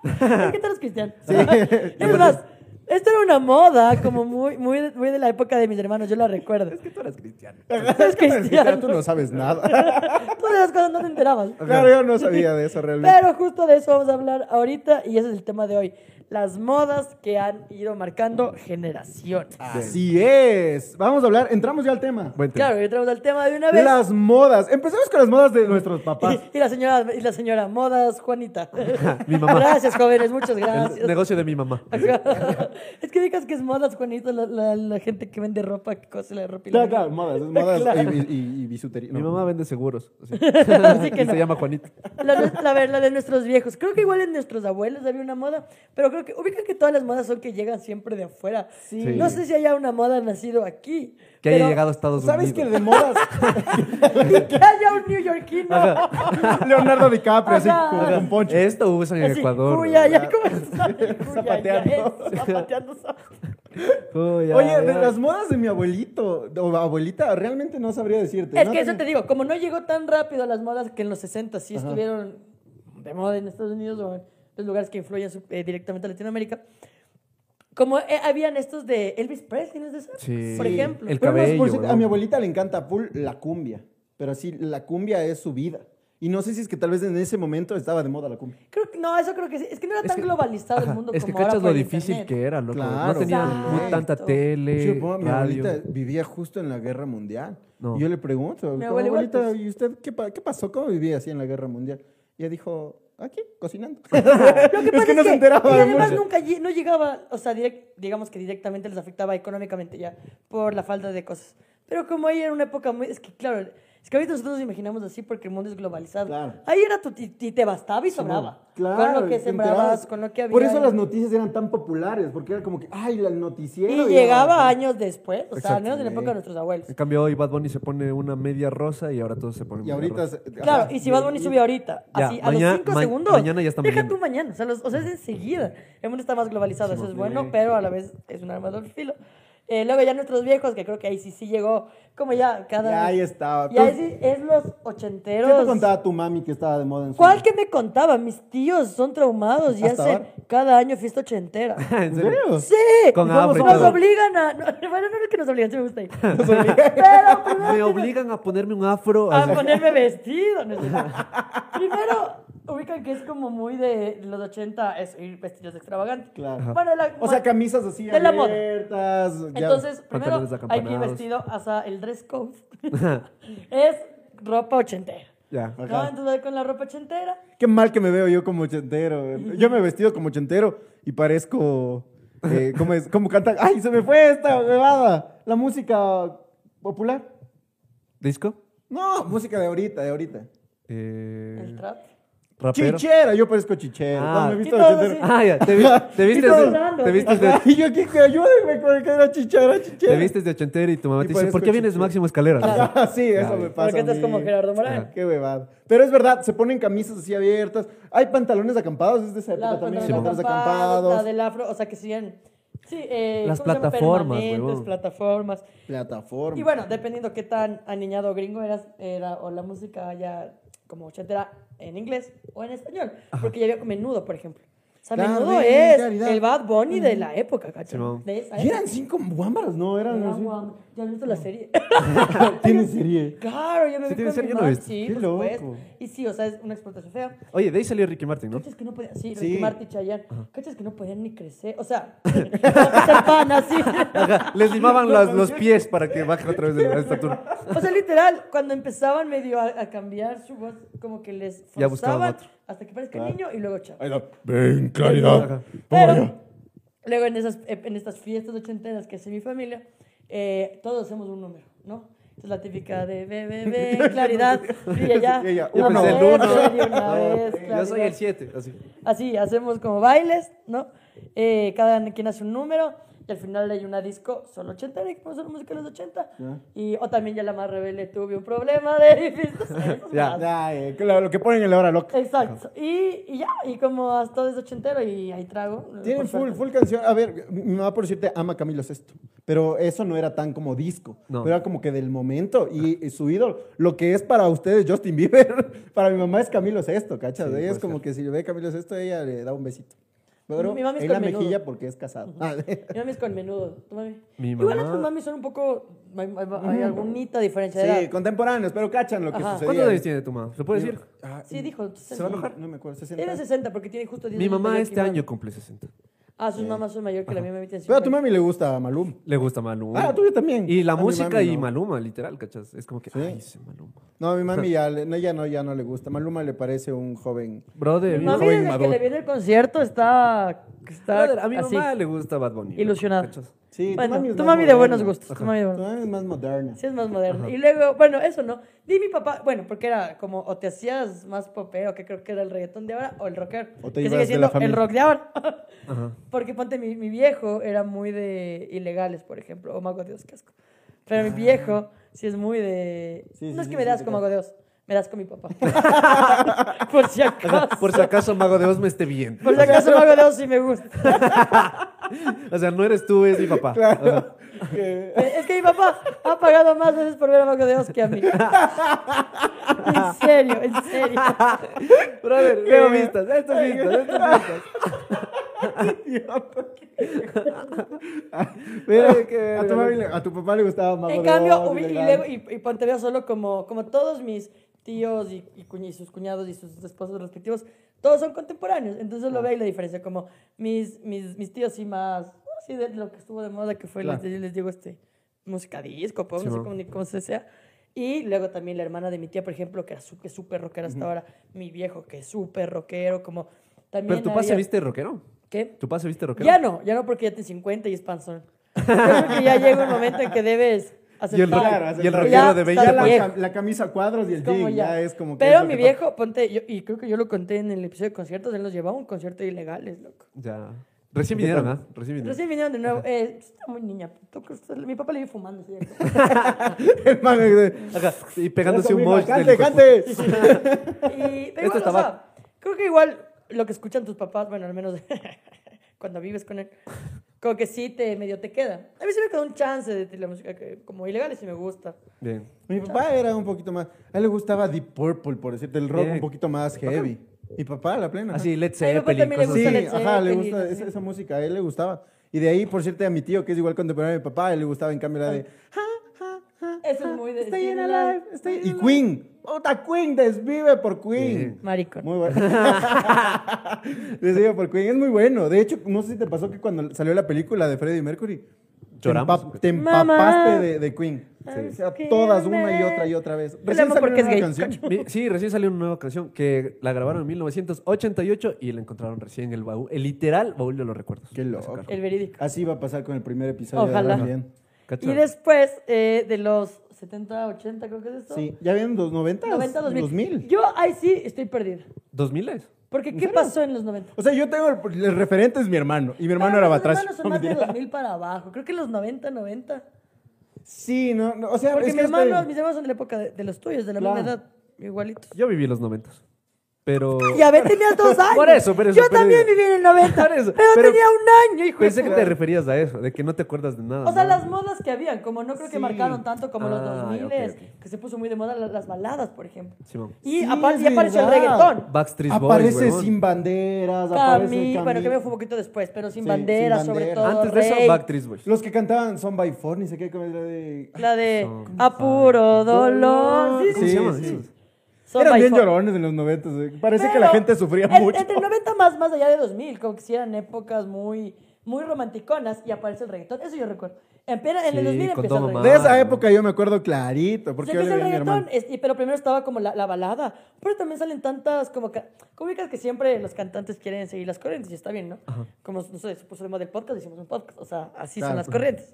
A: ¿Por qué te eres cristiano? es más, Esto era una moda, como muy, muy, de- muy de la época de mis hermanos, yo la recuerdo.
D: Es que tú eres cristiano.
A: Es cristiano.
C: Tú no sabes nada.
A: Tú de las cosas no te enterabas.
C: Claro, yo no sabía de eso realmente.
A: Pero justo de eso vamos a hablar ahorita y ese es el tema de hoy. Las modas que han ido marcando generaciones.
C: Así es. Vamos a hablar, entramos ya al tema.
D: Buen tema.
A: Claro, y entramos al tema de una vez.
C: Las modas. Empecemos con las modas de nuestros papás.
A: Y, y la señora, y la señora Modas, Juanita.
D: Mi mamá.
A: Gracias, jóvenes, muchas
D: El
A: gracias.
D: negocio de mi mamá.
A: es que digas que es Modas, Juanita, la, la- la gente que vende ropa, que cose la ropa. y la
C: Claro,
A: vende.
C: claro, modas, modas
A: Claro.
C: y, y- y bisutería.
D: Mi
C: No.
D: mamá vende seguros. así.
A: Así que
D: Y
A: no.
D: se llama Juanita.
A: La, nue- la verdad, de nuestros viejos. Creo que igual en nuestros abuelos había una moda, pero creo que ubican que todas las modas son que llegan siempre de afuera.
D: Sí.
A: No sé si haya una moda nacido aquí.
D: Que
A: pero-
D: haya llegado a Estados
C: ¿Sabes que de
D: Unidos.
C: modas?
A: Y que haya un neoyorquino.
C: Leonardo DiCaprio, así
A: Ajá.
C: como con poncho.
D: Esto usan en
A: Así,
D: Ecuador.
A: cuya,
D: güey.
A: ya, ¿cómo está? Cuya,
C: Zapateando.
A: ya, zapateando, zapateando.
D: Cuya,
C: Oye, de
D: ya.
C: las modas de mi abuelito o abuelita, realmente no sabría decirte.
A: Es
C: No
A: que eso
C: tengo-
A: te digo, como no llegó tan rápido a las modas que en los 60 sí estuvieron de moda en Estados Unidos o en los lugares que influyen su- eh, directamente a Latinoamérica, como eh, habían estos de Elvis Presley, ¿no es de eso?
D: Sí.
A: Por ejemplo.
D: El
C: Pero no es por
D: cabello,
C: cierto,
D: ¿no?
C: a mi abuelita le encanta full la cumbia, pero así la cumbia es su vida. Y no sé si es que tal vez en ese momento estaba de moda la cumbia.
A: Creo que- no, eso creo que sí. Es que no era
D: Es
A: tan
D: que-
A: globalizado el
D: Ajá,
A: mundo
D: Es que
A: como ahora
D: cachas lo
A: por el
D: difícil
A: internet.
D: que era, loco.
C: Claro. Pues
D: no tenían
A: Exacto.
D: mu- tanta tele,
C: Yo, po, mi
D: radio.
C: abuelita vivía justo en la guerra mundial.
D: No.
C: Y yo le pregunto,
A: Mi
C: "Pero,
A: abuela igual,
C: abuelita,
A: pues.
C: ¿y usted qué, pa- qué pasó? ¿Cómo vivía así en la guerra mundial? Y ella dijo, aquí, cocinando.
A: Lo Pues que
C: es
A: pasa
C: que no se enteraba
A: y
C: de
A: además
C: mucho.
A: nunca lle- no llegaba, o sea, direct- digamos que directamente les afectaba económicamente ya por la falta de cosas. Pero como ahí era una época muy, es que claro, es que ahorita nosotros nos imaginamos así porque el mundo es globalizado.
C: Claro.
A: Ahí era tu y y te bastaba y sobraba. con lo que
C: te
A: sembrabas,
C: enterabas.
A: con lo que había.
C: Por eso
A: y-
C: las noticias eran tan populares, porque era como que, ay, la
A: y
C: noticiero.
A: llegaba años después, o sea, al menos en la
C: Exactamente.
A: época de nuestros abuelos.
D: En cambio, hoy Bad Bunny se pone una media rosa y ahora todos se ponen
C: Y
D: media
C: ahorita...
D: rosa.
C: se-
A: Claro,
C: ajá.
A: y si Bad Bunny sube ahorita,
D: Ya,
A: así a
D: maña-
A: los 5
D: ma-
A: segundos.
D: mañana ya están
A: Deja
D: vendiendo.
A: tú mañana, o sea, los- o sea, es enseguida. El mundo está más globalizado, eso es
D: Sí.
A: bueno, pero a la vez es un arma de doble filo. Eh, luego ya nuestros viejos, que creo que ahí sí sí llegó, como ya cada.
C: Ya ahí estaba.
A: Ya
C: Tú-
A: ahí sí es los ochenteros.
C: ¿Qué te contaba tu mami que estaba de moda en su
A: ¿Cuál que me contaba? Mis tíos son traumados y
C: ¿Hasta
A: hacen
C: ahora?
A: cada año fiesta ochentera.
D: ¿En
C: ¿En
D: serio?
C: serio?
A: ¡Sí!
D: Con
A: Nos
D: hambre y todo.
A: obligan a. no, bueno, no es que nos obligan, sí me gusta. ahí.
C: Nos obliga-
A: Pero pues, primero
D: Me
A: tiene-
D: obligan a ponerme un afro.
A: a
D: así.
A: ponerme vestido. no sé. Primero, ubican que es como muy de los 80, es ir vestidos extravagantes.
C: Claro.
A: Bueno, de la-
C: O sea, camisas así
A: De la moda.
C: abiertas. ya-
A: Entonces, primero
D: Pantalones
A: hay que ir
D: acampanados.
A: vestido hasta el dress code. es ropa ochentera.
D: Ya.
A: ¿no?
C: Ajá.
A: Entonces, con la ropa ochentera.
C: Qué mal que me veo yo como ochentero. Yo me he vestido como ochentero y parezco. eh, ¿Cómo es? ¿Cómo cantan? ¡Ay, se me fue esta bebada! La música popular.
D: ¿Disco?
C: No, música de ahorita, de ahorita.
A: El
D: Eh,
A: trap.
D: ¿Rapero?
C: Chichera, yo parezco chichera.
D: Ah.
C: No, me he visto
A: Y todos
C: ochentero.
A: así.
D: Ah, ya. Te, vi- te vistes de,
A: todo.
D: te vistes de,
C: Ajá, Y yo aquí que ayúdenme con el que era chichera, chichera.
D: te vistes de ochentero y tu mamá
C: Y
D: te
C: por
D: dice,
C: eso
D: ¿por qué vienes de
C: chichero".
D: Máximo Escalera?
C: Ajá, sí, eso
D: Claro.
C: me pasa.
A: Porque
C: a
A: estás
C: mí. Ah,
A: como Gerardo Morán.
C: Qué bebada. Pero es verdad, se ponen camisas así abiertas. Hay pantalones acampados, es de esa época
A: Las
C: también.
A: pantalones
C: hay pantalones
A: acampados, la
C: acampados.
A: del afro, o sea, que siguen. Sí, eh,
D: Las
A: ¿cómo se llama?
D: plataformas,
A: Permanentes,
D: huevón.
A: plataformas.
C: Plataforma.
A: Y bueno, dependiendo qué tan aniñado gringo eras, era o la música ya como ochentera en inglés o en español. Porque ya había menudo, por ejemplo. O sea,
C: La
A: menudo es
C: vulgaridad.
A: el Bad Bunny de la época, ¿cachai?
D: Simón.
A: De esa
C: Y
A: época.
C: eran cinco guámbaras, ¿no? Eran
A: Era
C: así.
A: guam- Ya han visto la serie.
C: Tiene serie.
A: claro, yo me
D: Sí,
A: vi
D: tiene
A: con
D: serie,
A: mi
D: ¿no
A: mamá.
D: viste?
A: Sí,
C: Qué
A: por
C: loco.
A: supuesto. Y sí, o sea, es una explotación fea.
D: Oye, de ahí salió Ricky Martin, ¿no?
A: Cachas que no podían, sí,
C: Sí.
A: Ricky Martin, Chayanne. Cachas que no podían ni crecer, o sea, se pan así.
D: Ajá, Les limaban las- los pies para que bajen otra vez de la estatura.
A: O sea, literal, cuando empezaban medio a, a cambiar su voz, como que les
D: Ya buscaban
A: forzaban
D: otro.
A: hasta que parezca niño y luego chao.
C: Ahí va. Ven, claridad.
A: Pero luego en, esas, en estas fiestas ochenteras que hace mi familia, eh, todos hacemos un número, ¿no? Es la típica de bebé, bebé, claridad, y allá.
C: Y ella,
A: una
D: Yo pensé el
A: vez,
D: uno.
A: y una vez,
D: Yo soy
A: claridad.
D: el 7, así.
A: Así, hacemos como bailes, ¿no? Eh, cada quien hace un número y al final hay una disco solo 80, que pone solo música de los 80.
C: Ya.
A: Y, o también ya la más rebelde tuve un problema de fiestas.
D: Ya.
C: Ay, claro, lo que ponen en la hora loca.
A: Exacto. Y, y ya, y como hasta todo es ochentero y ahí trago.
C: Tienen
A: por
C: full,
A: suerte.
C: full canción. A ver, mi mamá, por decirte, ama a Camilo Sesto. Pero eso no era tan como disco.
D: No.
C: Pero era como que del momento. Y, y su ídolo, lo que es para ustedes Justin Bieber, para mi mamá es Camilo Sesto, ¿cachas? ella
D: Sí, puede
C: es como
D: ser.
C: que si ve Camilo Sesto, ella le da un besito. Pero
A: Mi mami es
C: en la
A: con menudo.
C: mejilla porque es casado. Ah,
A: Mi mami es con menudo. ¿Tu mami?
D: Mi
A: Igual
D: mamá-
A: las tus mami son un poco. Hay, hay- hay alguna diferencia de
C: sí,
A: edad.
C: contemporáneos, pero cachan lo que
A: Ajá.
C: sucedió.
D: ¿Cuántos años tiene tu mamá? ¿Se puede decir?
C: Ah,
A: Sí, dijo.
C: ¿Se va a enojar? No me acuerdo. 60.
A: Era 60 porque tiene justo 10
D: Mi
A: años
D: mamá
A: mayor que
D: este
A: mi
D: año cumple 60.
A: Ah, sus mamás son mayor que la mía. Mi mami tiene
C: Pero a tu
A: 50.
C: mami le gusta Malum.
D: Le gusta Maluma.
C: Ah, a tuyo también.
D: Y la
C: A mi
D: música
C: mami
D: y
C: no.
D: Maluma, literal, ¿cachas? Es como que,
C: Sí.
D: ay, ese Maluma.
C: No, a mi mami ya, le- no, ya no, ya no le gusta. Maluma le parece un joven.
D: Brother,
A: Mi
D: un
A: mami
D: joven
A: desde que
D: maduro.
A: le viene el concierto está. está
D: Brother, a mi
A: así,
D: mamá le gusta Bad Bunny.
A: Ilusionada.
D: ¿cachas?
C: Sí,
A: Bueno,
C: es
A: tu
C: más
A: mami de buenos
C: moderna.
A: gustos, tu mami de buenos
C: Tu mami es más moderna.
A: Sí, es más moderno. Y luego, bueno, eso no. Di mi papá, bueno, porque era como o te hacías más popero, que creo que era el reggaetón de ahora, o el rocker.
C: O te
A: que
C: ibas
A: sigue
C: de
A: siendo
C: la familia.
A: el rock de ahora. Porque ponte, mi, mi viejo era muy de ilegales, por ejemplo, o Mago Dios Casco. Pero mi viejo sí es muy de.
C: Ah. Sí, sí,
A: no es que
C: sí,
A: me
C: sí,
A: das
C: te
A: con
C: cacho.
A: Mago Dios, me das con mi papá. por si
D: O sea,
A: acaso.
D: por si acaso Mago de Oz me esté bien.
A: Por si acaso Mago Dios sí me gusta.
D: O sea, no eres tú, es mi papá. O sea,
A: Eh, Es que mi papá ha pagado más veces por ver a Mago Dios que a mí. en serio, en serio.
D: brother, eh, veo vistas, estas vistas, estas vistas.
C: Mira, a, tu mami le- a tu papá le gustaba Mago
A: En
C: de
A: cambio,
C: Oz,
A: hubi- y,
C: ilegal.
A: luego- y, y Pontevedra solo como, como todos mis tíos y, y cuñ- y sus cuñados y sus esposos respectivos, todos son contemporáneos. Entonces lo ve y la diferencia, como mis, mis, mis tíos sí más, así de lo que estuvo de moda, que fue,
C: Claro.
A: les, les digo, este, música disco, pop,
D: Sí,
A: no sé
D: ma.
A: cómo, ni cómo se sea. Y luego también la hermana de mi tía, por ejemplo, que era su- que es súper rockera hasta ahora, mi viejo que es súper rockero, como también...
D: Pero tu papá se
A: había-
D: viste rockero.
A: ¿Qué?
D: Tu papá se viste rockero.
A: Ya no, ya no porque ya tienes 50 y es panzón. Yo creo que ya llega un momento en que debes aceptar.
C: Claro,
D: Y el rock- y el
C: Ya
D: rockero de
A: está
C: Ya
D: 20
C: la,
A: viejo.
C: cam- la camisa a cuadros y el
A: Como
C: jean ya. es como que. es
A: Pero
C: lo
A: mi
C: que
A: viejo, ponte, yo- y creo que yo lo conté en el episodio de conciertos, él nos llevaba a un concierto de ilegales, loco.
D: Ya. Recién vinieron, ¿ah? Recién vinieron.
A: Recién vinieron de nuevo. Eh, está muy niña. tú que estás- Mi papá le vi fumando. ese día.
C: pasa. El man de-
D: Ajá, Y pegándose
C: Eso
D: un
C: mismo,
D: mosh.
C: ¡Cante,
D: del hijo de puta.
C: cante!
A: Y, pero
D: Esto
A: igual,
D: está
A: o sea, creo que igual lo que escuchan tus papás, bueno, al menos cuando vives con él, como que sí te medio te queda. A mí se me quedó un chance de la música que, como ilegales y me gusta.
D: Bien.
C: Mi papá era un poquito más. A él le gustaba Deep Purple, por decirte, el rock
D: Bien.
C: un poquito más heavy. Mi papá, la plena.
D: Así, Led
A: A mi papá
D: Zeppelin.
A: también le
D: cosas
C: Sí,
A: gusta
D: así.
A: Led
C: ajá, le
A: Zeppelin,
C: gusta
A: así.
C: esa, esa música, a él le gustaba. Y de ahí, por cierto, a mi tío, que es igual contemporáneo de mi papá, a él le gustaba en cambio la de. Ah,
A: Eso es muy de...
C: Stay in alive, stay Y Queen. Otra Queen, desvive por Queen.
A: Maricón.
C: Muy bueno. Desvive por Queen, es muy bueno. De hecho, no sé si te pasó que cuando salió la película de Freddie Mercury, te
D: Lloramos.
C: empap- Te
A: Mamá.
C: empapaste de, de Queen.
A: Sí.
C: O sea, todas, una y otra y otra vez.
A: Yo le amo
C: salió
A: porque
C: una
A: es
C: nueva
A: gay.
C: canción.
D: Mi- Sí, recién salió una nueva canción que la grabaron en 1988 y la encontraron recién en el baúl, el literal baúl de los recuerdos.
C: Qué loco.
D: La sacaron.
A: El verídico.
C: Así va a pasar con el primer episodio.
A: Ojalá.
C: también.
D: ¿Cachai?
A: Y después eh, de los 70, 80, creo que es esto.
C: Sí, ya ven los 90,
A: 90, 2000.
C: 2000.
A: Yo ahí sí estoy perdida.
D: ¿Dos miles?
A: Porque ¿qué pasó en los 90?
C: O sea, yo tengo el, el referente es mi hermano y mi hermano era
A: Ah, Pero los
C: batracio.
A: hermanos
C: No,
A: son más de
C: mentira.
A: 2000 para abajo. Creo que los 90, 90.
C: Sí, no, no, o sea,
A: Porque
C: es
A: mi
C: que
A: hermano,
C: estoy-
A: mis hermanos son de la época de, de los tuyos, de la
C: Claro.
A: misma edad, igualitos.
D: Yo viví los noventas, pero...
A: Ya ve, tenías dos años.
D: Por eso, por eso,
A: Yo
D: por
A: también
D: eso.
A: viví en el 90.
D: Por eso,
A: pero,
D: pero-
A: tenía un año, hijo. de
D: Pensé que
A: puta.
D: te referías a eso, de que no te acuerdas de nada.
A: O sea,
D: ¿no?
A: las modas que habían, como no creo que
C: Sí.
A: marcaron tanto como los
D: Ah,
A: 2000,
D: ok, ok.
A: que se puso muy de moda las, las baladas, por ejemplo.
D: Simón.
A: Y
C: Sí,
A: aparte
C: es
A: ya apareció el
C: verdad.
A: reggaetón.
D: Backstreet Boys,
C: aparece
D: huevón.
C: sin banderas, aparece
A: Camil, bueno, que me
C: Camil.
A: fue un poquito después, pero sin
C: Sí,
A: bandera,
C: sin
A: sobre
C: bandera.
A: todo.
D: Antes de eso,
A: Rey,
D: Backstreet Boys.
C: Los que cantaban Son by Four, ni sé qué, como la de...
A: La de
D: Son-
A: apuro dolor. Sí, sí,
D: se
A: sí.
D: llama?
C: sí.
D: Sí.
A: Son
C: Eran
A: by
C: bien
A: four.
C: llorones en los 90. eh. Parece que
A: Pero
C: la gente sufría
A: en-
C: mucho.
A: Entre 90 más, más allá de 2000, como que sí eran épocas muy, muy romanticonas y aparece el reggaetón. Eso yo recuerdo. En, plena- en el
D: Sí,
A: 2000
D: con
A: empieza
D: todo
A: el
D: mamá.
A: reggaetón.
C: De esa época yo me acuerdo clarito, porque
A: Se
C: yo le
A: empieza
C: vi
A: el
C: a mi hermano.
A: reggaetón, Pues es- y- pero primero estaba como la, la balada. Pero también salen tantas como ca- como ubicas que siempre los cantantes quieren seguir las corrientes y está bien, ¿no? Como, no sé, se puso de moda el podcast, hicimos un podcast. O sea, así
C: Claro. pues,
A: son las corrientes.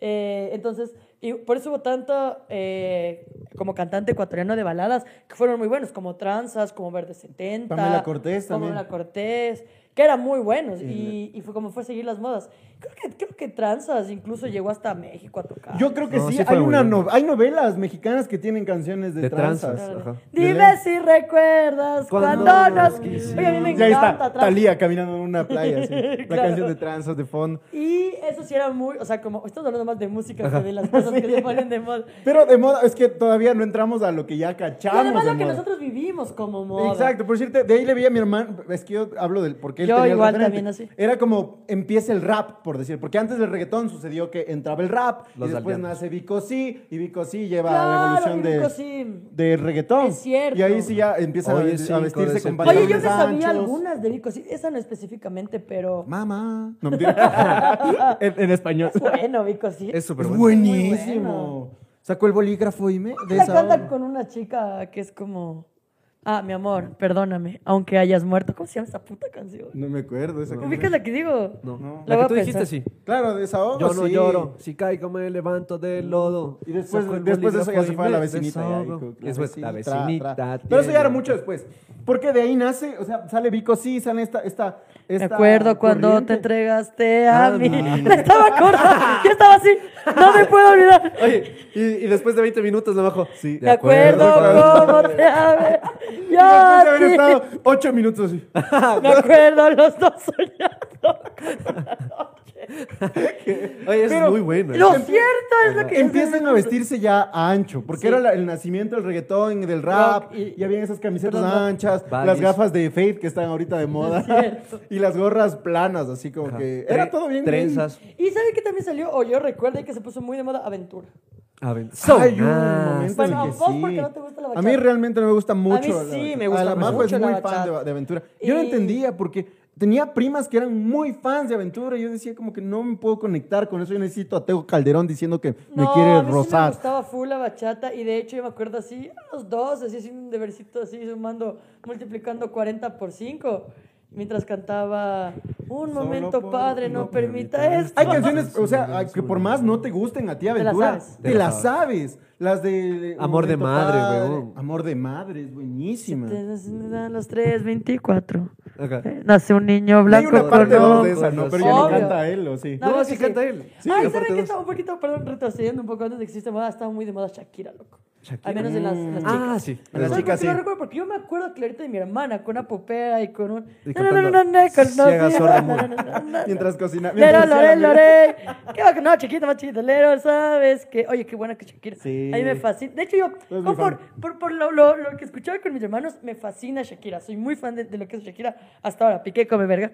A: Eh, entonces, y por eso hubo tanto eh, como cantante ecuatoriano de baladas que fueron muy buenos, como Tranzas, como Verde 70.
C: Pamela Cortés también.
A: Pamela Cortés, que eran muy buenos. Y, y fue como fue seguir las modas. Creo que, creo que Tranzas incluso llegó hasta México a tocar.
C: Yo creo que
D: No,
C: sí,
D: sí
C: hay,
D: fue muy
C: una
D: bueno.
C: no- hay novelas mexicanas que tienen canciones de,
D: De
C: tranzas.
D: tranzas. Ajá.
A: Dime
C: Violencia.
A: si recuerdas
D: Cuando
A: cuando,
D: nos
A: nos
D: quisimos.
A: Oye, a mí me
C: Y ahí está,
A: encanta. atrás.
C: Talía caminando en una playa. así. La
A: Claro.
C: canción de tranzas de fondo.
A: Y eso sí era muy, o sea, como estamos hablando más de música que de las cosas que se ponen de moda.
C: Pero de moda, es que todavía no entramos a lo que ya
A: Y
C: cachamos.
A: además
C: de
A: lo que
C: moda.
A: nosotros vivimos como moda.
C: Exacto, por cierto, de ahí le vi a mi hermano, es que yo hablo del por qué él
A: Yo
C: tenía el
A: igual
C: referente.
A: también así.
C: Era como empieza el rap, por decir, porque antes del reggaetón sucedió que entraba el rap
D: Los
C: y después
D: aldeanos.
C: nace Vico Sí y Vico Sí lleva
A: Claro,
C: la evolución de
A: Vico Sí.
C: del reggaetón.
A: Es cierto.
C: Y ahí sí ya empieza
D: Oye,
C: a,
D: sí,
C: a vestirse
D: con
C: con
D: ese-
A: Oye, yo
C: pantalones
A: me sabía
C: anchos.
A: algunas de Vico, sí, esa no específicamente, pero
C: Mamá. No, mentira. en, en español.
A: bueno, Vico, sí.
D: Es súper
C: Es
D: bueno.
A: Muy
C: buenísimo. Sacó el bolígrafo y me... de
A: La
C: esa-
A: canta con una chica que es como, ah, mi amor, perdóname, aunque hayas muerto. ¿Cómo se llama esa puta canción?
C: No me acuerdo. Esa que-
A: ¿Ubicas la que digo?
D: No.
C: No.
A: La
D: La,
A: voy a
D: que tú dijiste,
A: pensar.
D: sí.
C: Claro, de esa
D: Yo no lloro, si caigo me levanto del lodo.
C: Oh, Y después,
D: Saco el
C: después de eso ya
D: bolígrafo
C: se
D: y
C: fue a la
D: me
C: vecinita. ya,
D: desahogo.
C: hijo,
D: Y después, la
C: vecina, tra,
D: vecinita.
C: tra. Pero eso ya era
D: tiene-
C: mucho después. Porque de ahí nace, o sea, sale Vico, sí, sale esta. esta,
A: Me
C: esta
A: acuerdo cuando
C: corriente.
A: te entregaste a
D: Ah,
A: mí.
D: no.
A: La estaba corta. Yo estaba así. No me puedo olvidar.
D: Oye, y, y después de 20 minutos le bajo. Sí,
A: Me acuerdo, cómo te amé. Yo
C: Después
A: a
C: de haber
A: ti.
C: estado ocho minutos así.
A: Me acuerdo los dos soñando.
D: Oye, eso
C: Pero-
D: es muy bueno. ¿eh?
A: Lo cierto es lo que
C: Empiezan a vestirse ya a ancho, porque
A: Sí.
C: era la- el nacimiento del reggaetón y del rap,
A: Rock y-
C: y, habían esas camisetas
A: Perdón, no.
C: anchas,
D: Baggies.
C: las gafas de Faith que están ahorita de moda,
A: cierto.
C: y las gorras planas, así como
D: Ajá.
C: que...
D: Tre-
C: Era todo bien. bien-
D: Trenzas.
A: Y sabe que también salió, o yo recuerdo y que se puso muy de moda Aventura.
D: Son.
C: Hay un
D: Ah,
C: momento
A: Bueno,
C: en
A: a
C: que
A: vos
C: sí.
A: porque no te gusta la
C: A mí
A: bachata.
C: realmente no me gusta mucho. la
A: sí
C: bachata.
A: me gusta
C: A la
A: mucho
C: Majo es
A: la
C: muy
A: bachata.
C: fan de, de Aventura. Yo no
A: Y-
C: entendía porque tenía primas que eran muy fans de Aventura y yo decía como que no me puedo conectar con eso. Yo necesito a Tego Calderón diciendo que me
A: a
C: quiere
A: mí sí me
C: rozar.
A: gustaba full la bachata y de hecho yo me acuerdo así, a los dos, así haciendo un debercito así, sumando, multiplicando 40 por 5. Mientras cantaba, un
C: Solo
A: momento
C: por-
A: padre, no,
C: no
A: permita esto.
C: Hay canciones, o sea, a- que por más no te gusten a ti
A: las
C: Aventura,
A: sabes.
C: te las sabes. Las de...
D: Amor de
C: Momento
D: madre,
C: Padre,
D: huevón.
C: Amor de madre, es buenísima.
A: Entonces me dan los 3.24.
D: Ajá.
A: Eh, Nace un niño
C: Hay
A: blanco
C: una
A: con
C: parte
A: ojos.
C: dos de esa, ¿no? Pero ya
A: Obvio.
C: no canta él, ¿o sí?
A: No,
D: No,
A: no,
D: sí
A: sí.
D: canta él. Sí,
A: Ay,
D: aparte
A: ¿saben qué?
D: dos.
A: Estaba un poquito, perdón, retrocediendo un poco antes de que existe moda, estaba muy de moda Shakira, loco.
D: Shakira.
A: Al menos en las, en las chicas.
D: Ah, sí.
C: En las
A: ¿Sabes por
C: chicas,
A: qué
C: sí.
A: lo recuerdo? Porque yo me acuerdo clarito de mi hermana con una popera y con un...
D: Y
A: No, no, no, no,
D: cantando
A: no, no, con- no,
D: Ciega,
A: sí,
D: sorda,
A: no,
D: muda.
A: no, no, no, no.
C: Mientras cocina.
A: Lero,
C: mientras
A: Lore,
C: hacía la
A: Lore. Qué bacán. No, chiquita, más chiquita. Lero, ¿sabes que Oye, qué buena que Shakira.
C: Sí.
A: A mí me fascina. De hecho, yo,
C: muy
A: como por,
C: fan.
A: por, por lo, lo, lo que escuchaba con mis hermanos, me fascina Shakira. Soy muy fan de, de lo que es Shakira hasta ahora. Piqué, come verga.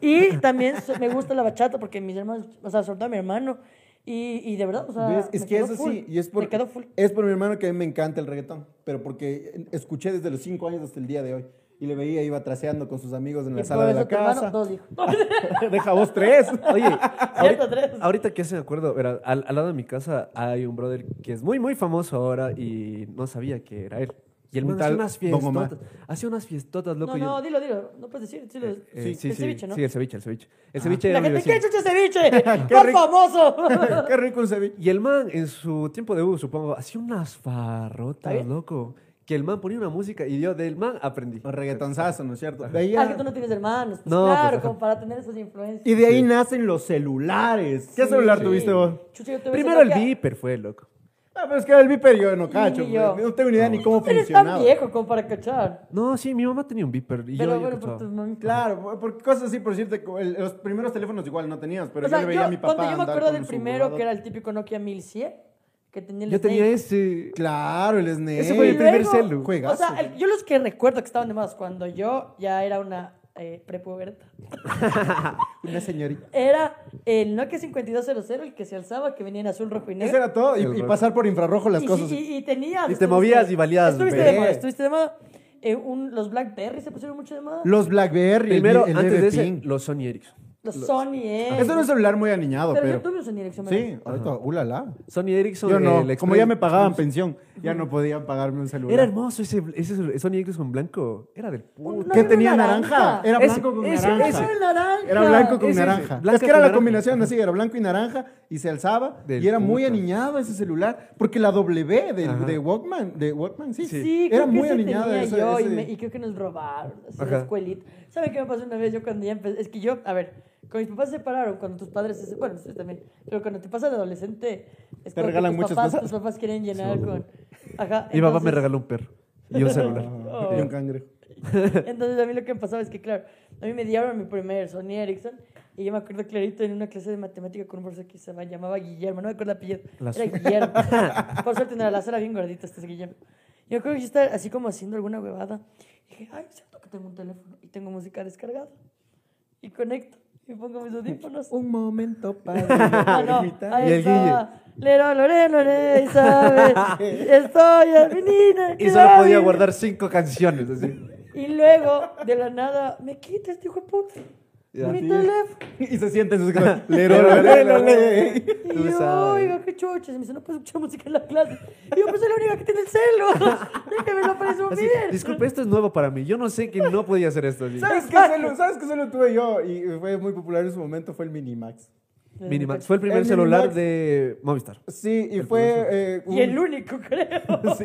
A: y también so- me gusta la bachata porque mis hermanos, o sea, sobre todo mi hermano. Y, y de verdad, o sea.
C: ¿Ves? Es
A: me
C: que
A: quedó
C: eso
A: full.
C: sí, y es por,
A: Me quedó full.
C: es por mi hermano que a mí me encanta el reggaetón, pero porque escuché desde los 5 años hasta el día de hoy. Y le veía, iba traseando con sus amigos en la
A: Y
C: sala
A: por
C: de
A: eso
C: la
A: tu hermano,
C: casa.
A: dos hijos.
C: Deja vos tres.
D: Oye,
A: Cierto,
D: ahorita,
A: tres.
D: ahorita que se me acuerdo, verá, al, al lado de mi casa hay un brother que es muy, muy famoso ahora y no sabía que era él. Y el
C: Un
D: man hacía
C: tal
D: unas
C: Don Omar.
D: fiestotas. Hacía unas fiestotas, loco.
A: No,
D: y pues eh, yo-
A: no, dilo, dilo. No puedes decir. Sí, lo-
D: eh, sí, sí,
A: el ceviche, ¿no?
D: sí, el ceviche, el ceviche. El ceviche
A: la
D: era mi
A: gente,
D: vecino.
A: ¿qué chucha ceviche?
C: Qué
A: ¡Más
C: rico.
A: famoso! Ah,
C: Qué rico un ceviche.
D: Y el man, en su tiempo de U, supongo, hacía unas farrotas, loco. Que el man ponía una música y yo del man aprendí.
C: Un reggaetonzazo, ¿no es cierto?
A: Ah, que
C: Veía...
A: tú no tienes hermanos. Pues
D: No,
A: claro,
D: pues, ajá.
A: como para tener esas influencias.
C: Y de ahí nacen los celulares. ¿Qué celular tuviste vos?
A: Chucha, yo tuve
D: Primero el
A: Nokia.
D: Viper fue, loco.
C: Ah, pero es que era el viper yo no cacho.
A: Ni yo.
C: No tengo ni idea ni cómo
A: Pero eres tan
C: funcionaba.
A: viejo como para cachar.
D: No, sí, mi mamá tenía un Viper y yo,
A: Pero bueno,
D: yo
A: pues, por
D: cachaba.
A: tus mami.
C: Claro, porque cosas así, por decirte, el- los primeros teléfonos igual no tenías, pero
A: o sea,
C: yo le
A: yo,
C: veía a mi papá
A: cuando yo me
C: andar
A: acuerdo
C: con
A: del
C: su
A: primero,
C: guardador.
A: que era el típico Nokia 1100, que tenía el
D: Yo tenía
A: Snake.
D: ese.
C: Claro, el Snake.
D: Ese fue mi
A: Y
D: primer
A: luego,
D: celu.
A: O
C: Juegazo.
A: sea, el- yo los que recuerdo que estaban de más cuando yo ya era una eh, prepuberta.
C: Una señorita.
A: Era el Nokia 5200, el que se alzaba, que venía en azul, rojo y negro.
C: Eso era todo.
D: El
C: Y, y
D: rock.
C: pasar por infrarrojo las
A: y,
C: cosas.
A: sí, y- y tenías.
D: Y te movías y valías
A: Estuviste
C: verga.
A: de moda, estuviste de moda. Eh, un- los Blackberry se pusieron mucho de moda.
C: Los Blackberry. el
D: Primero,
C: vi- el
D: antes de ese,
C: BB-Ping.
D: los Sony Ericsson.
A: Los Sony, eh.
C: Eso era un celular muy aniñado,
A: pero,
C: pero.
A: yo tuve un Sony Ericsson.
C: Sí, ahorita, ulala.
D: Sony Ericsson.
C: Yo no.
D: el
C: Como ya me
D: Xperia.
C: pagaban pensión, ya no podían pagarme un celular.
D: Era hermoso ese, ese Sony Ericsson blanco. Era del puto.
A: No,
C: ¿Qué
A: era
C: tenía
A: naranja.
C: naranja? Era
D: Ese,
C: blanco con
D: ese,
C: naranja.
A: Ese era el naranja.
C: Era blanco con
D: Ese, ese.
C: naranja.
D: Blanca
C: es que era
D: con
C: la
D: naranja.
C: combinación así, era blanco y naranja y se alzaba
D: Del
C: y era muy
D: puta.
C: aniñado ese celular porque la W del, de Walkman, de Walkman sí,
A: Sí, creo
C: era
A: que
C: muy
A: ese
C: aniñada
A: tenía
C: ese-
A: yo Y,
C: ese-
A: me- y creo que nos robaron. así, la
D: Ajá.
A: escuelita. ¿Saben qué me pasó una vez? Yo cuando ya empecé. Es que yo, a ver, con mis papás se separaron, cuando tus padres se Bueno, ustedes también. Pero cuando te pasas de adolescente. Es como que
C: regalan
A: tus
C: muchas
A: papás,
C: cosas.
A: Tus papás quieren llenar con. Ajá.
D: Mi papá me
A: entonces-
D: regaló un perro y un celular.
A: Oh.
C: y un cangrejo.
A: Entonces a mí lo que me pasaba es que, claro, a mí me dieron mi primer Sony Ericsson y yo me acuerdo clarito en una clase de matemática con un profesor que se llama- llamaba Guillermo, no me acuerdo el apellido,
D: Las-
A: era Guillermo. Por suerte no era Lázaro, era bien gordito este es Guillermo. Yo creo que yo estaba así como haciendo alguna huevada. dije, ay, siento que tengo un teléfono y tengo música descargada. Y conecto y pongo mis audífonos.
C: Un momento
A: Ah,
C: para.
A: no, ahí
D: Y el
A: estaba, Lero, lore, lore, Isabel, Estoy al menina. que
D: Y solo
A: la
D: podía
A: vi".
D: guardar cinco canciones, así.
A: Y luego, de la nada, me quita este hijo de puta.
D: Ya.
A: Mi teléfono.
C: y se sienten sus caras.
A: Y
D: Tú
A: yo,
D: sabes.
C: ¿eh?
A: oiga, qué chucha. Y me dice, no puedes escuchar música en la clase. Y yo, pues soy la única que tiene el celo. Déjame lo presumir.
D: Así, Disculpe, esto es nuevo para mí. Yo no sé que no podía hacer esto. así.
C: ¿Sabes qué, solo, ¿Sabes qué solo tuve yo? Y fue muy popular en su momento, fue el Minimax.
D: Minimax. Fue el primer
C: El
D: celular
C: Minimax.
D: de Movistar.
C: Sí, y fue. eh, un-
A: Y el único, creo.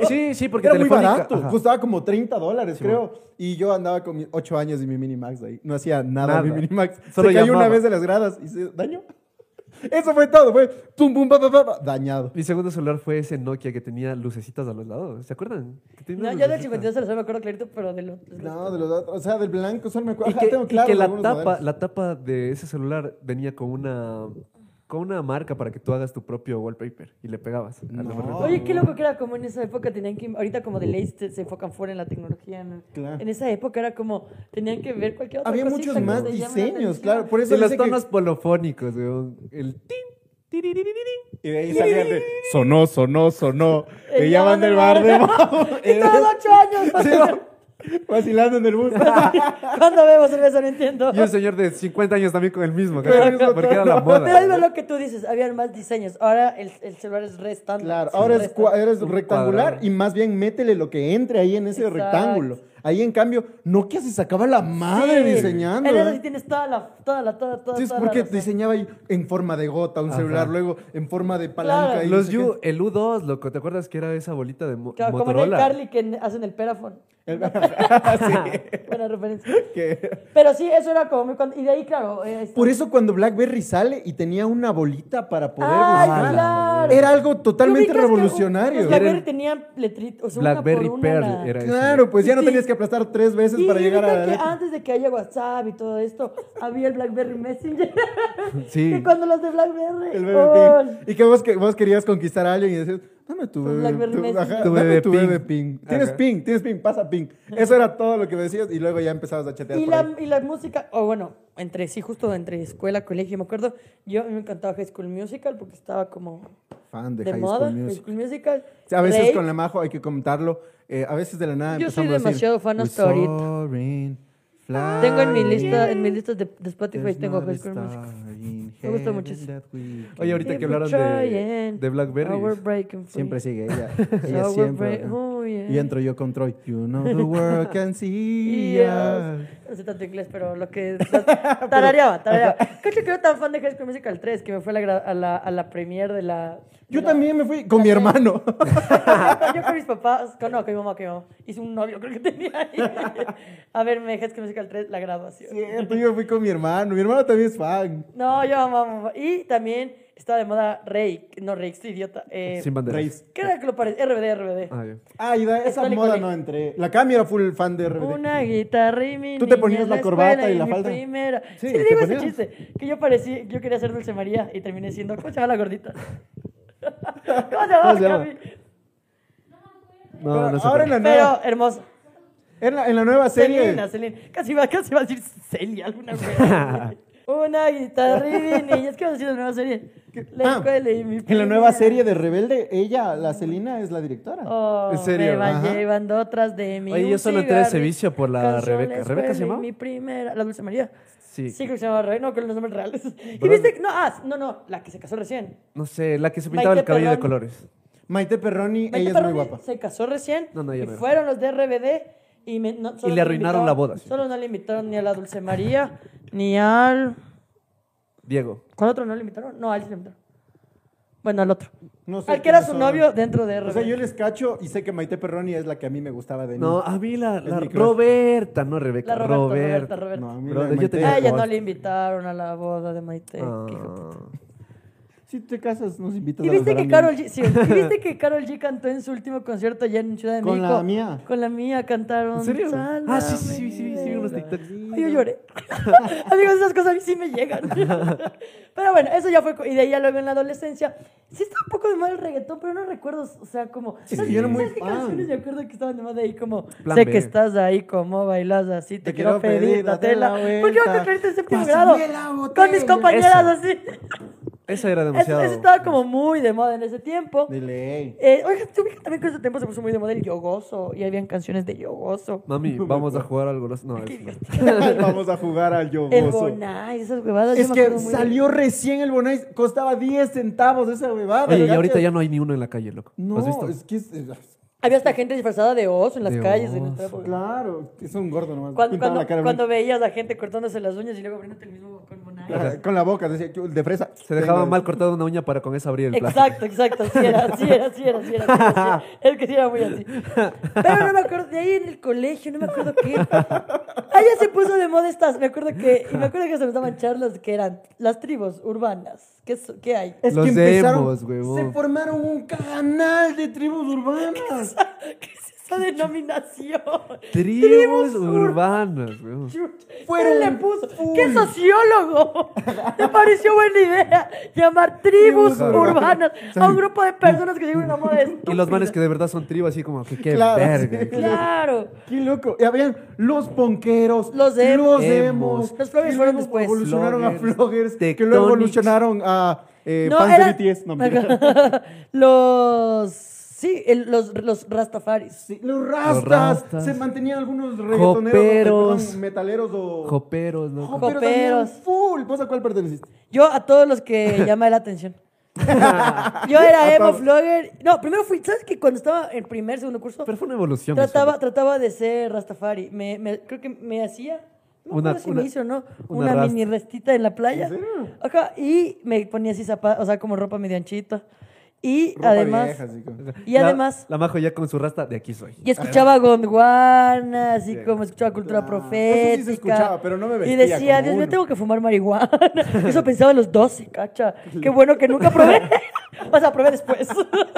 D: Sí, sí, porque
C: Era muy
D: Telefónica-
C: barato,
D: Ajá.
C: costaba como 30 dólares, creo. Y yo andaba con mis 8 años y mi Minimax ahí. No hacía nada,
D: Nada.
C: mi Minimax.
D: Solo
C: se cayó
D: llamaba.
C: una vez de las gradas y se dañó. Eso fue todo, fue pum, pum, pa, pa, pa, pa, dañado.
D: Mi segundo celular fue ese Nokia que tenía lucecitas a los lados. ¿Se acuerdan? Que tenía
A: No,
D: una
A: yo del
D: lucecita.
A: 52 se lo me acuerdo clarito, pero del otro.
C: No, de los datos, o sea, del blanco solo me acuerdo.
D: Y
C: Ajá,
D: que,
C: tengo
D: y
C: claro
D: que la
C: algunos
D: tapa,
C: modelos.
D: la tapa de ese celular venía con una, con una marca para que tú hagas tu propio wallpaper y le pegabas. al
C: No.
D: devolver.
A: Oye, qué loco que era como en esa época tenían que... Ahorita como de ley se, se enfocan fuera en la tecnología, ¿no?
C: Claro.
A: En esa época era como... Tenían que ver cualquier otra
C: Había
A: cosita
C: muchos
A: que
C: más
A: te llame la
C: diseños,
A: atención.
C: claro. Por eso
D: Y los
C: dice que-
D: tonos polofónicos, weón. El tin, tiririririn.
C: Y de ahí salía el de sonó, sonó, sonó.
A: El
C: Le llaman del bar de Mau.
A: Y todos ocho años.
C: Sí, ¿no? Vacilando en el bus.
A: ¿Cuándo vemos cerveza? No entiendo.
D: Y un señor de 50 años también con el mismo,
C: Pero
D: ¿cachai?
C: eso
D: porque era
C: no.
D: la
A: Pero ahí va
D: moda.
A: lo que tú dices. Habían más diseños. Ahora el, el celular es re estándar.
C: Claro,
A: Sí,
C: ahora
A: re
C: es, cua-
A: estándar.
C: eres
D: Un
C: rectangular
D: cuadrado.
C: y más bien métele lo que entre ahí en ese
A: Exacto.
C: rectángulo. Ahí en cambio, Nokia se sacaba la madre
A: Sí.
C: diseñando.
A: En
C: ¿eh?
A: eso sí tienes toda la... Toda la... Toda, toda,
C: Sí, es
A: toda
C: porque
A: la razón.
C: diseñaba ahí en forma de gota un
D: Ajá.
C: celular, luego en forma de palanca.
A: Claro.
C: y no
D: Los
C: sé
D: U, el U2, loco, ¿te acuerdas que era esa bolita de mo-
A: Claro, como en el
D: Motorola?
A: Carly que hacen el perafon.
C: qué.
A: Buena referencia.
C: Que-
A: Pero sí, eso era como muy... cuando- Y de ahí, claro... eh,
C: Por eso cuando BlackBerry sale y tenía una bolita para poder
A: Ay,
C: buscar,
A: Ah, claro.
C: era algo totalmente
A: ¿Ubicas que un-
C: revolucionario.
A: Los
D: Era
A: Blackberry
D: el-
A: tenían letritas. O sea, una
D: Blackberry
A: por una
D: Pearl
A: la-
D: era ese.
C: Claro, pues ya no
A: Sí.
C: tenías que aplastar tres veces
A: Y
C: para llegar
A: dicen
C: a la
A: que
C: letra.
A: antes de que haya WhatsApp y todo esto, había el BlackBerry Messenger.
D: Sí.
A: y cuando los de BlackBerry.
C: El
A: oh,
C: bebé ping. Y que vos, que vos querías conquistar a alguien y decías, dame tu
A: Con
C: bebé,
A: Blackberry
C: tu,
A: Messenger.
C: ajá,
D: Tu
C: dame
D: bebé
C: tu
D: ping.
C: bebé ping. Tienes
D: Ajá.
C: ping, tienes ping, pasa ping. Eso era todo lo que me decías y luego ya empezabas a chatear
A: y,
C: por ahí.
A: la, y la música, o bueno, entre sí, justo entre escuela, colegio, me acuerdo, yo a mí me encantaba High School Musical porque estaba como
C: Fan de,
A: de,
C: High School
A: moda. High
C: Music.
A: School Musical.
C: O sea, a veces
A: Drake,
C: con la majo hay que comentarlo. eh, a veces de la nada
A: Yo soy
C: empezamos a decir,
A: demasiado fan hasta
C: "We're
A: ahorita".
C: soaring,
A: Tengo en mi
C: flying,
A: lista, en mi lista de, de Spotify,
C: there's
A: tengo
C: not a
A: High School
C: star
A: Musical.
C: in
A: Me gusta
C: heaven
A: mucho eso.
C: that we can-
D: Oye, ahorita que
A: People
D: hablaron de,
A: trying,
D: de Blackberry.
A: our breaking free.
C: Siempre sigue ella. ella
A: Our
C: siempre.
A: break- oh, yeah.
C: Y entro yo con Troy. You know the world can see us.
A: No sé tanto inglés, pero lo que. Tarareaba, tarareaba. Cacho que yo tan fan de High School Musical 3 que me fue a la, gra- a la, a la premiere de la.
C: Yo
A: de la-
C: también me fui con mi hermano.
A: yo con mis papás. Con, no, con mi mamá, con mi mamá. Hice un novio, creo que tenía ahí. a verme High School Musical 3, la grabación.
C: Cierto, yo fui con mi hermano. Mi hermano también es fan.
A: No, yo mamá, mamá. Y también estaba de moda Rey. No, Rey, estoy idiota. Eh,
D: Sin banderas.
C: Reis.
A: ¿Qué era que lo parece? RBD, RBD.
D: Ah, ya.
C: Ah, y da- esa
A: Escuela y
C: moda
A: colegio.
C: no entré. La Cami era full fan de RBD.
A: Una guitarra y mi
C: Tú te
A: niña
C: ponías
A: en
C: la corbata
A: escuela
C: y la
A: mi
C: falda.
A: Primera.
C: Sí,
A: Sí,
C: te
A: le digo ese
C: ponías.
A: chiste. Que yo parecía, yo quería ser Dulce María y terminé siendo. ¿Cómo se llama la gordita? ¿Cómo se llama,
C: ¿Cómo se llama?
A: Cami?
D: No, no sé.
C: Ahora en la
A: Pero
C: nueva,
A: hermosa.
C: en la, en la nueva serie.
A: Celina, Celina. Casi va, casi va a decir Celia alguna vez. Una guitarra y mi niña. Es que vas a decir la nueva serie. La
C: Ah,
A: escuela y mi
C: En la nueva
A: primera.
C: serie de Rebelde, ella, la Celina, es la directora.
A: Oh,
D: ¿En serio?
A: Me van
C: Ajá.
A: llevando otras de mí.
D: Oye, yo
A: un
D: solo entré a ese
A: cigarro,
D: vicio por la
A: canción,
D: Rebeca. ¿Rebeca se
A: escuela y
D: llamaba?
A: Mi primera, la Dulce María.
D: Sí.
A: Sí, creo que se llama Rebeca, no, con los nombres reales. ¿Y
D: Pero-
A: viste? que- No, ah, no, no, la que se casó recién.
D: No sé, la que se pintaba el
A: Maite
D: cabello de
A: Perroni.
D: colores.
C: Maite Perroni,
A: Maite
C: ella
A: Perroni
C: es muy guapa.
A: Se casó recién
D: No, no, ella
A: y
D: no era.
A: fueron los de RBD y, me- no- solo no
D: le arruinaron
A: invitaron-
D: la boda, sí.
A: Solo no le invitaron ni a la Dulce María, ni al...
D: Diego.
A: ¿Cuál otro no le invitaron? No, a él sí le invitaron. Bueno, al otro.
C: No sé
A: al que era
C: quiénes
A: su
C: son.
A: novio dentro de RBD.
C: O sea, yo les cacho y sé que Maite Perroni es la que a mí me gustaba de
D: No,
C: niño.
D: a mí la, la
C: mi crush.
D: Roberta, no Rebeca.
A: La Roberta, Roberta,
D: Roberta.
A: Roberta.
C: No, a mí
A: Ah,
D: Brother,
C: la de
D: yo
C: Maite-
D: tenía
A: A ella
D: voz.
A: no le invitaron a la boda de Maite. qué hijo de puta.
D: Ah.
C: Si te casas, nos invitas
A: ¿Y
C: a
A: viste,
C: la
A: que
C: Fran
A: Karol G, sí, ¿Y viste que Karol G cantó en su último concierto allá en Ciudad de
C: Con
A: México?
C: la mía.
A: Con la mía cantaron.
D: ¿En serio?
A: "Sálvame
D: Ah, sí, sí, sí, sí, sí, vi unos
A: de la
D: TikToks.
A: Ay, yo lloré. Amigos, esas cosas a mí sí me llegan. pero bueno, eso ya fue. co- Y de ahí ya luego en la adolescencia. Sí estaba un poco de moda el reggaetón, pero no recuerdo. O sea, como.
C: Sí,
A: ¿sabes-
C: yo era muy
A: ¿sabes qué
C: fan.
A: canciones me acuerdo que estaban de moda ahí? Como.
D: Plan
A: sé
D: B.
A: que estás ahí, como bailas así. Te, quiero, pedir, date la
C: vuelta.
A: ¿Por qué iba a cantar en séptimo
C: Pásame
A: grado?
C: la botella.
A: Con mis compañeras así.
D: Esa era
A: Eso,
D: demasiado.
A: eso estaba como muy de moda en ese tiempo.
C: De ley.
A: Eh, oiga, ¿te ubicas también que en ese tiempo se puso muy de moda el yogoso? Y habían canciones de yogoso.
D: Mami, vamos a jugar algo. No, es- no.
C: Vamos a jugar al
A: El
C: yogoso.
A: Bonai, esas huevadas. yo
C: Es
A: me
C: que
A: acuerdo muy bien.
C: salió recién el Bonais. Costaba 10 centavos esa huevada.
D: Oye, y
C: ¿cachas?
D: ahorita ya no hay ni uno en la calle, loco. ¿Has
C: No,
D: visto?
C: es que es- es-
A: Había hasta gente disfrazada de oso en las
D: De
A: calles. en
D: oso.
A: nuestra época.
C: claro, es un gordo nomás.
A: Cuando,
C: pintaba
A: cuando-
C: la cara
A: cuando
C: blanca.
A: veías a gente cortándose las uñas y luego abriéndote el mismo con Bonai.
C: Ajá, Con la boca, decía, yo, de fresa.
D: Se dejaba
C: Tengo-
D: mal cortada una uña para con esa abrir el plato.
A: Exacto, exacto, así era, así era, así era, así era, así era, así era. Es que sí era muy así. Pero no me acuerdo, de ahí en el colegio, no me acuerdo qué. Allá se puso de moda estas, me acuerdo que, y me acuerdo que se nos daban charlas que eran las tribus urbanas. ¿Qué, so- qué hay?
C: Es
D: Los
C: que empezaron,
D: demos, huevón.
C: se formaron un canal de tribus urbanas.
A: ¿Qué es esa denominación?
D: Tribus urbanas, weón.
A: Chuch,
C: Fueron
A: ¿Quién le puso?
C: full.
A: ¡Qué sociólogo! Me pareció buena idea llamar tribus
D: Tribus
A: urbanas a un grupo de personas que llevan una moda
D: Y los manes
A: estúpida.
D: que de verdad son tribus, así como que qué
C: Claro,
D: verga.
C: sí.
A: Claro.
C: Qué loco. Y habían los ponqueros,
A: Los emos.
C: los,
D: Emos.
C: emos,
A: Los floggers
C: que
A: fueron
C: luego
A: después.
C: Evolucionaron
D: Floggers,
C: a floggers, que luego
D: Tectonics.
C: evolucionaron a eh, fans
A: eran-
C: de BTS. No, mentira.
A: los. Sí, el- los, los Rastafaris.
C: Sí, los, rastas,
D: rastas.
C: Se mantenían algunos reggaetoneros,
D: Coperos.
C: perdón, metaleros o.
D: Coperos, loco.
C: Coperos.
A: Coperos.
C: habían Full. ¿Vos a cuál perteneciste?
A: Yo a todos los que llama la atención. Yo era
C: A
A: emo
C: todos.
A: vlogger. No, primero fui, ¿sabes que cuando estaba en primer, segundo curso,
D: Pero fue una evolución.
A: trataba,
D: eso,
A: trataba de ser Rastafari. Me, me- creo que me hacía, no me
D: Una-
A: acuerdo si
D: una-
A: me hizo, ¿no?
D: una
A: Una,
D: rast-
A: mini restita en la playa.
C: ¿En serio?
A: Ajá, y me ponía así zapatos, o sea, como ropa medio anchita. Y
C: Ropa
A: además...
C: vieja, así como-
D: loco.
A: Y
D: La-
A: además-
D: La majo ya con su rasta, de aquí soy.
A: Y escuchaba Gondwana, así
D: Bien.
A: como escuchaba cultura
C: Claro.
A: profética.
C: Ah, Eso sí se escuchaba, pero no me
A: Y
C: vestía
A: decía,
C: como
A: Dios mío,
C: uno".
A: tengo que fumar marihuana. Eso pensaba a los 12, cacha. Qué bueno que nunca probé. Vas a probar después.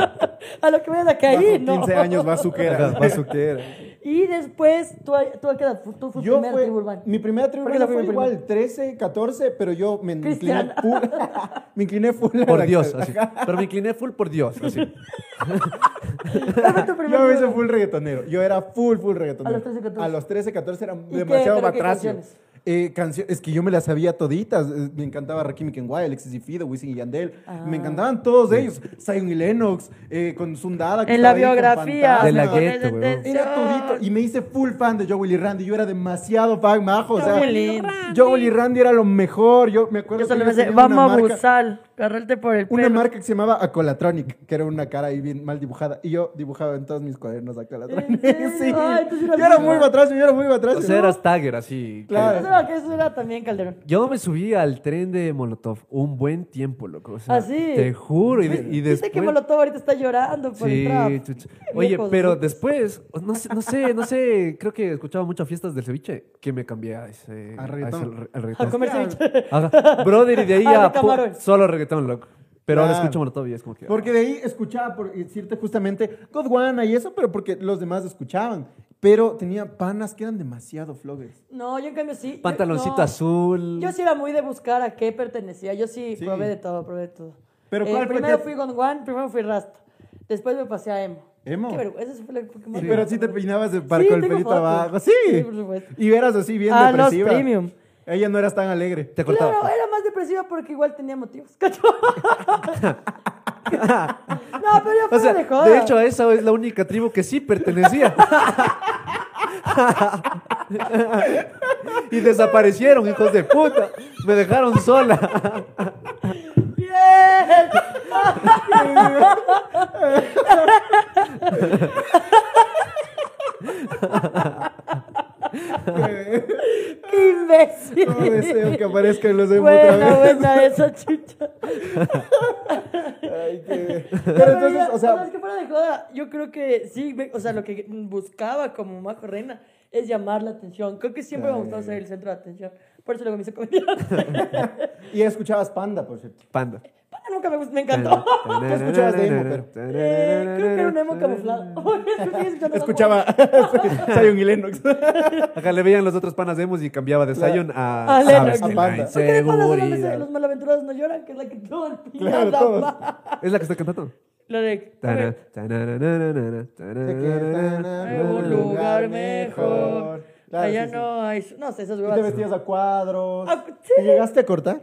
A: a lo que me a caí,
C: Bajo
A: ¿no?
C: 15 años, bazuquera.
D: Bazuquera.
A: Y después, tú, tú, a qué edad? tú, tú fuiste
C: Yo
A: primera
C: fue,
A: tribu urbana.
C: mi primera tribu
A: ¿Por qué la
C: urbana fue
A: primera?
C: igual, 13, 14, pero yo me incliné
A: Cristiana.
C: full. me incliné full a la-
D: Por Dios, así. Pero me incliné full por Dios, así.
A: ¿Cuál fue tu
C: Yo
A: primera
C: me
A: tribu
C: hice
A: urbana?
C: full reggaetonero. Yo era full, full reggaetonero.
A: A los 13, 14.
C: A los 13, 14 era
A: qué?
C: demasiado
A: ¿Pero qué
C: batracio.
A: canciones?
C: Eh, cancio- es que yo me las sabía toditas. Eh, Me encantaba Rakim Kenway, Alexis y Fido, Wisin y Yandel.
A: Ah.
C: Me encantaban todos ellos. Zion y Lennox, eh, con Sundada. que
A: En la
C: estaba ahí con
A: biografía.
C: Fantasma.
D: De la
A: me pones
D: gueto,
A: en
D: weón.
C: Era
A: tensión.
C: todito. Y me hice full fan de Joel y Randy. Yo era demasiado fan, majo. O sea,
A: Joel y
C: Joel y Randy era lo mejor. Yo me acuerdo
A: Yo solo
C: que
A: me sé,
C: tenía
A: vamos
C: una
A: a
C: marca-
A: abusar, agarrarte por el pelo.
C: Una marca que se llamaba Acolatronic, que era una cara ahí bien mal dibujada. Y yo dibujaba en todos mis cuadernos Acolatronic.
A: ¿En serio?
C: Sí.
A: Ay, tú sí eras
C: yo era
A: muy
C: muy
A: mal.
C: batracio, yo era muy batracio.
A: Pues
D: O sea, eras tagger, así. que-
C: Claro.
A: Eso era, eso era también Calderón.
D: Yo me subí al tren de Molotov un buen tiempo, loco. O sea,
A: ¿Ah, sí?
D: Te juro. Y, de- y
A: Dice
D: después...
A: que Molotov ahorita está llorando por el
D: Sí,
A: trap.
D: chucha.
A: Qué
D: Oye,
A: viejos
D: pero
A: locos.
D: después, no sé, no sé, no sé, creo que escuchaba muchas fiestas del ceviche que me cambié a ese...
C: A reggaetón.
D: ese re- al
A: A
D: reggaetón.
A: comer ceviche.
D: Ajá. Brother, y de ahí
A: Ah, de
D: a... pu-
A: camarón.
D: Solo reggaetón, loco. Pero ahora
C: Claro.
D: escucho Molotov y es como que... ah,
C: Porque de ahí escuchaba, por decirte justamente, Godwana y eso, pero porque los demás escuchaban. Pero tenía panas que eran demasiado floggers.
A: No, yo en cambio sí. yo-
D: Pantaloncito
A: no.
D: azul.
A: Yo sí era muy de buscar a qué pertenecía. Yo sí,
C: Sí.
A: probé de todo, probé de todo. Eh,
C: Pero ¿cuál fue
A: Primero
C: que-
A: fui con Juan, primero fui Rasta. Después me pasé a Emo.
C: ¿Emo?
A: Qué vergüenza, esa fue la época que más-
C: Pero sí te peinabas de para
A: Sí,
C: con el
A: tengo
C: pelito
A: fotos.
C: abajo. Sí.
A: Sí, por supuesto.
C: Y eras así bien
A: Ah, los
C: depresiva.
A: premium.
C: Ella no eras tan alegre.
D: Te cortaba.
A: Claro, era más depresiva porque igual tenía motivos. ¿cacho? no, pero yo fui
D: O sea,
A: de joda.
D: de hecho, a esa es la única tribu que sí pertenecía. y desaparecieron, hijos de puta. Me dejaron sola.
A: Bien. ¡Qué imbécil!
C: No deseo que aparezcan los emo otra
A: Buena,
C: vez.
A: buena esa chucha.
C: Ay, qué-
A: Pero
C: Pero entonces,
A: ya,
C: o
A: no, es
C: sea,
A: que fuera de joda, yo creo que sí, me- o sea, lo que buscaba como Majo Reina es llamar la atención. Creo que siempre me ha gustado ser el centro de atención. Por eso luego me hice comediante.
C: y escuchabas Panda, por cierto.
D: Panda.
A: nunca me gustó, me encantó.
C: escuchabas de emo, pero-
A: Eh, creo que era un emo camuflado. Estoy escuchando
C: Escuchaba Zion y Lennox.
D: Acá le veían los otros panas de emos y cambiaba de
C: Claro.
D: Zion a,
A: A Lennox.
D: Sabes que
C: A Panda.
D: no hay
A: ¿Por qué le pasa solamente
D: seguridad.
A: los malaventurados no lloran? Que es la que todo el día
C: Claro,
A: da
C: todos.
A: pa-
D: Es la que está cantando.
A: La de- a
D: Tana,
A: ver,
D: tana, na, na, na, na, tana,
C: De que
D: na, na,
C: tan
D: na,
A: Hay un
D: na, na.
A: lugar mejor.
C: Claro,
A: Allá
C: sí, sí.
A: no hay. No sé, esas
C: Y te
A: huevas.
C: vestías a cuadros.
A: Ah, sí.
C: ¿Te llegaste a cortar?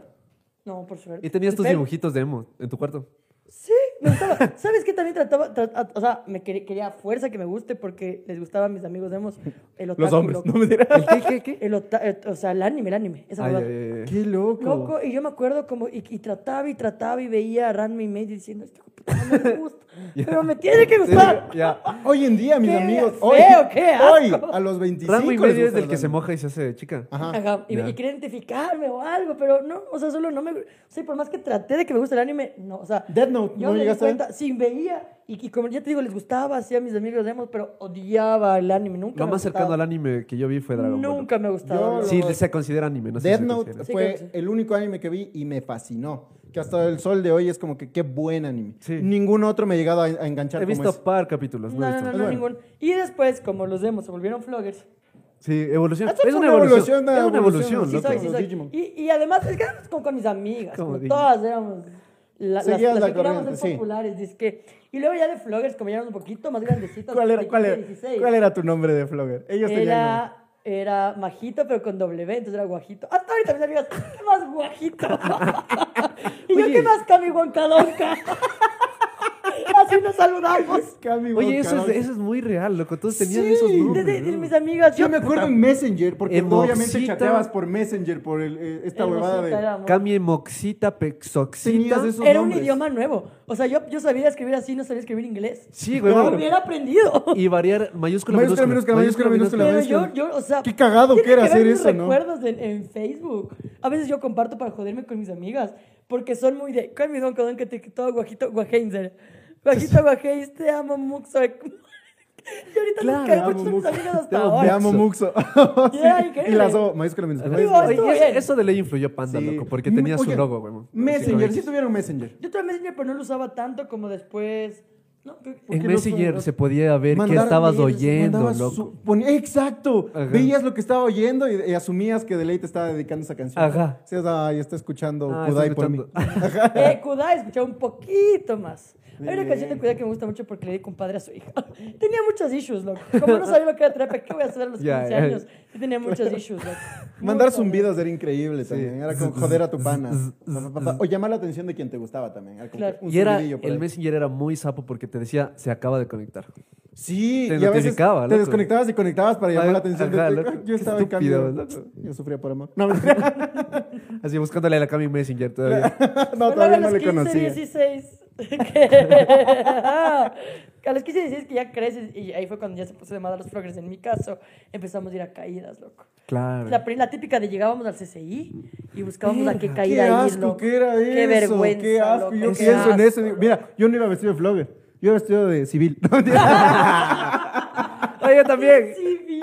A: No, por suerte.
D: Y tenías tus
A: Pero-
D: dibujitos de emo en tu cuarto.
A: Sí, me gustaba. ¿Sabes qué también trataba? tra- a- o sea, me quería, quería a fuerza que me guste porque les gustaba a mis amigos demos el otaku.
C: Los hombres,
A: loco.
C: ¿no me dirás?
D: ¿El qué, qué, qué?
A: El ota- eh, o sea, el anime, el anime. Esa
D: Ay,
A: huevada.
D: ay, ay, ay.
C: Qué loco.
A: Loco, y yo me acuerdo como, y, y trataba y trataba y veía a Ranma y Meiji diciendo, este hijo de puta no me gusta, pero me tiene que gustar.
D: Ya.
C: Hoy en día, mis
A: Qué
C: amigos.
A: feo,
C: Hoy,
A: qué
C: hoy,
A: asco.
C: a los 25.
D: Rango y
C: les
D: medio es
C: gusta
D: del que
C: los
D: se
C: Ranma.
D: moja y se hace chica.
C: Ajá.
A: Ajá, y,
D: Ya.
A: y quería identificarme o algo, pero no, o sea, solo no me... O sea, por más que traté de que me guste el anime, no, o sea...
C: Death Note,
A: yo
C: ¿no
A: me di
C: llegaste a ver?
A: cuenta, sí, veía, y, y como ya te digo, les gustaba, hacía a mis amigos demos, pero odiaba el anime, nunca
D: Lo
A: me
D: más cercano al anime que yo vi fue Dragon Ball.
A: Nunca me ha gustado.
C: Yo-
D: Sí, se considera anime, no sé
C: Death
D: si se
C: Note
D: considera.
A: Sí,
C: fue
A: creo que sí.
C: el único anime que vi y me fascinó. Que hasta el sol de hoy es como que qué buen anime.
D: Sí.
C: Ningún otro me ha llegado a, a enganchar
D: He
C: como
D: visto
C: ese.
D: par capítulos.
A: No,
D: he
A: no,
D: visto.
A: no,
C: Bueno.
A: no, ningún. Y después, como los demos se volvieron floggers,
D: Sí, evolución.
C: Esto
D: Es una evolución. Es una evolución,
C: Sí,
A: Sí
D: loco.
A: soy, sí
C: Los
A: soy.
C: Digimon.
A: Y, y además, es que éramos con, con mis amigas.
D: Como
A: como
D: Digimon.
A: todas éramos. la- las
C: Seguías
A: las
C: la
A: que queríamos
C: corriente,
A: ser
C: sí.
A: populares. dizque. Y luego ya de floggers, como ya éramos un poquito más grandecitos.
C: ¿Cuál era, cuál, era,
A: 16,
C: cuál era tu nombre de Flogger? Ellos tenían.
A: Era, era majito, pero con doble B, entonces era guajito. Ah, Hasta ahorita mis amigas, ¿qué más guajito? y yo,
D: Oye.
A: ¿qué más Cami Huancadonca? Así nos saludamos.
C: Cami
D: Oye, eso es,
C: Guacamole.
D: eso es muy real, loco. Todos tenían
C: Sí.
D: esos nombres.
A: Desde,
D: ¿no?
A: mis amigas,
C: Yo me acuerdo en Messenger, porque
D: Emoxita.
C: obviamente chateabas por Messenger, por el, eh, esta huevada de.
D: Cambie moxita, pexoxita.
C: Tenías esos
A: Era un
C: nombres.
A: idioma nuevo. O sea, yo, yo sabía escribir así, no sabía escribir inglés.
D: Sí,
A: Yo
D: güey.
A: hubiera aprendido.
D: Y variar mayúscula,
C: Mayúscula,
D: minúscula.
C: minúscula, mayúscula, minúscula.
A: Pero
C: ves que-
A: yo, yo, o sea.
C: Qué cagado
A: tiene
C: que era
A: ver
C: hacer
A: mis
C: eso, ¿no?
A: recuerdos en, en Facebook. A veces yo comparto para joderme con mis amigas. Porque son muy de. ¿Cuál es mi don codón que te quitó guajito guajeinzer? Guajito guajeis, te amo mucho. Y ahorita
D: Claro,
A: nos caemos
C: amo,
A: con mis
C: Muxo.
A: amigas
D: Te
A: hasta
D: amo,
C: Te
A: ahora.
C: amo, Muxo.
A: Yeah,
C: Sí. y
A: increíble.
C: las O, mayúscula, minúscula.
A: Digo,
C: mayúscula.
A: Oye,
D: Oye,
A: eso-
D: eso, de ley influyó Panda,
C: Sí.
D: loco, porque
C: Oye,
D: tenía su
C: oye,
D: logo, güey.
C: Messenger, sí tuvieron Messenger.
A: Yo también Messenger, pero no lo usaba tanto como después. No, que-
D: En
C: qué
D: Messenger
C: loco?
D: se podía ver qué
C: Mandar
D: estabas
C: mails,
D: oyendo,
C: mandabas
D: loco.
C: su- ponía- exacto.
D: Ajá.
C: Veías lo que estaba oyendo y, y asumías que de ley te estaba dedicando esa canción.
D: Ajá.
C: Decías, ay, está escuchando
D: Ah,
C: Kudai
D: está
C: por mí.
D: escuchando.
A: Eh, Kudai escuchaba un poquito más. Hay una
C: Bien.
A: canción de Kudai que me gusta mucho porque le di compadre a su hija. Tenía muchos issues, loco. Como no sabía lo que era terapia, ¿qué voy a hacer a los 15
D: Ya, ya.
A: años? Sí tenía muchos issues, loco.
C: Mandar
A: Muchos.
C: zumbidos era increíble también. Era como joder a tu pana. Pa, pa, pa. O llamar la atención de quien te gustaba también. Era como
A: Claro.
C: que un
D: Y era,
C: zumbidillo por
D: el
C: ahí.
D: Messenger era muy sapo porque te decía, se acaba de conectar.
C: Sí,
D: Te
C: y a veces
D: notificaba,
C: te
D: loco.
C: desconectabas y conectabas para llamar
D: Ajá,
C: la atención.
D: ajá,
C: de,
D: loco.
C: yo
D: Qué
C: estaba
D: estúpido,
C: en cambio.
D: loco.
C: Yo sufría por amor. No, mentira.
D: Así buscándole a la Cami Messenger todavía.
C: no
A: Cuando
C: todavía
A: a
C: no
A: los
C: le
A: 15,
C: conocía.
A: 16. que- a los 15, 16 que ya creces. Y ahí fue cuando ya se puso de moda los floggers. En mi caso, empezamos a ir a caídas, loco.
D: Claro.
A: La, pri- la típica de llegábamos al CCI y buscábamos a qué
D: Verga,
A: caída
C: Qué
A: ir,
C: asco
A: loco.
C: que era eso.
A: Qué vergüenza,
C: Qué asco.
A: loco,
C: yo
A: qué
C: pienso en
A: asco,
C: eso. y digo,
A: loco.
C: Mira, yo no iba vestido de vlogger. Yo iba vestido de civil. No, mentira.
D: Oye, yo también.
A: Sí, vi.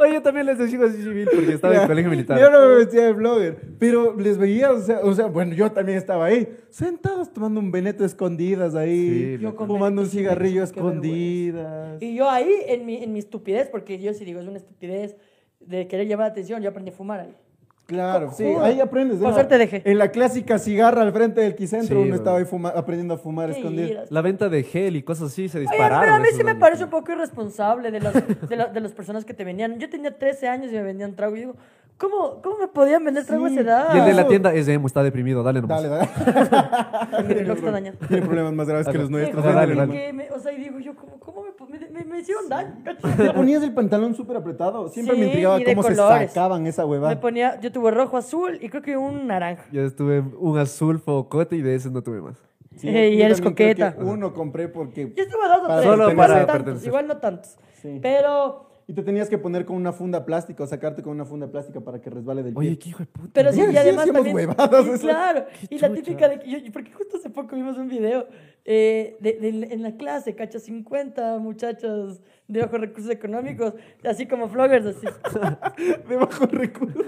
D: Oye, yo también les decía así civil porque estaba en el colegio militar.
C: Yo no me vestía de vlogger. Pero les veía, o sea, o sea, bueno, yo también estaba ahí. Sentados tomando un veneto escondidas ahí.
D: Sí, Yo
A: loco. con
C: fumando un
A: Benetto sin
C: cigarrillo
A: Benetto, qué
C: escondidas.
A: Y yo ahí, en mi, en mi estupidez, porque yo sí digo, es una estupidez de querer llamar la atención, yo aprendí a fumar ahí.
C: Claro, sí,
A: Joder.
C: ahí aprendes.
A: Por
C: ¿no?
A: suerte dejé.
C: En la clásica cigarra al frente del
D: Sí,
C: quicentro uno
D: güey.
C: estaba ahí fuma- aprendiendo a fumar
A: Qué
C: escondido.
A: iras.
D: La venta de gel y cosas así se
A: Oye,
D: dispararon.
A: pero a mí
D: esos
A: sí me
D: años.
A: parece un poco irresponsable de las, de, la- de las personas que te venían. Yo tenía 13 años y me vendían trago. Y digo, ¿cómo, cómo me podían vender trago
C: Sí.
A: a esa edad?
D: Y el de la tienda es emo, está deprimido, dale nomás.
C: Ah. Dale, dale.
A: Mi reloj está dañado.
C: Tiene problemas más graves que los
D: Sí,
C: nuestros. ¿eh?
D: joder,
C: dale,
D: dale, dale.
A: Que me- o sea, y digo yo, ¿cómo, cómo me, po- me, me, me hicieron daño?
C: Te ponías el pantalón súper apretado. Siempre
A: Sí,
C: me intrigaba
A: y de
C: cómo se
A: colores.
C: sacaban esa
A: Me
C: huevada.
A: ponía, yo tuve rojo, azul y creo que un naranja.
D: Yo estuve un azul focote y de esos no tuve más.
C: Sí,
A: Ey,
C: yo
A: eres
C: también creo que
A: coqueta.
C: Uno compré porque.
A: Yo estuve dos o
C: Para
A: tres,
D: Solo
A: pero
D: para
A: no tantos,
D: pertenecer.
A: igual no tantos.
C: Sí.
A: Pero
C: Y y te tenías que poner con una funda plástica o sacarte con una funda plástica para que resbale del pie.
D: Oye, qué hijo de puta.
A: Pero sí,
C: Sí,
A: y
C: sí
A: además
C: hacíamos
A: también.
C: huevadas,
A: y
C: eso.
A: claro.
D: Qué
A: Y la
D: chucha.
A: típica de que yo, yo- porque justo hace poco vimos un video eh, de, de- en la clase, cacha, 50 muchachos de bajos recursos económicos, así como vloggers, así.
C: De bajo recurso.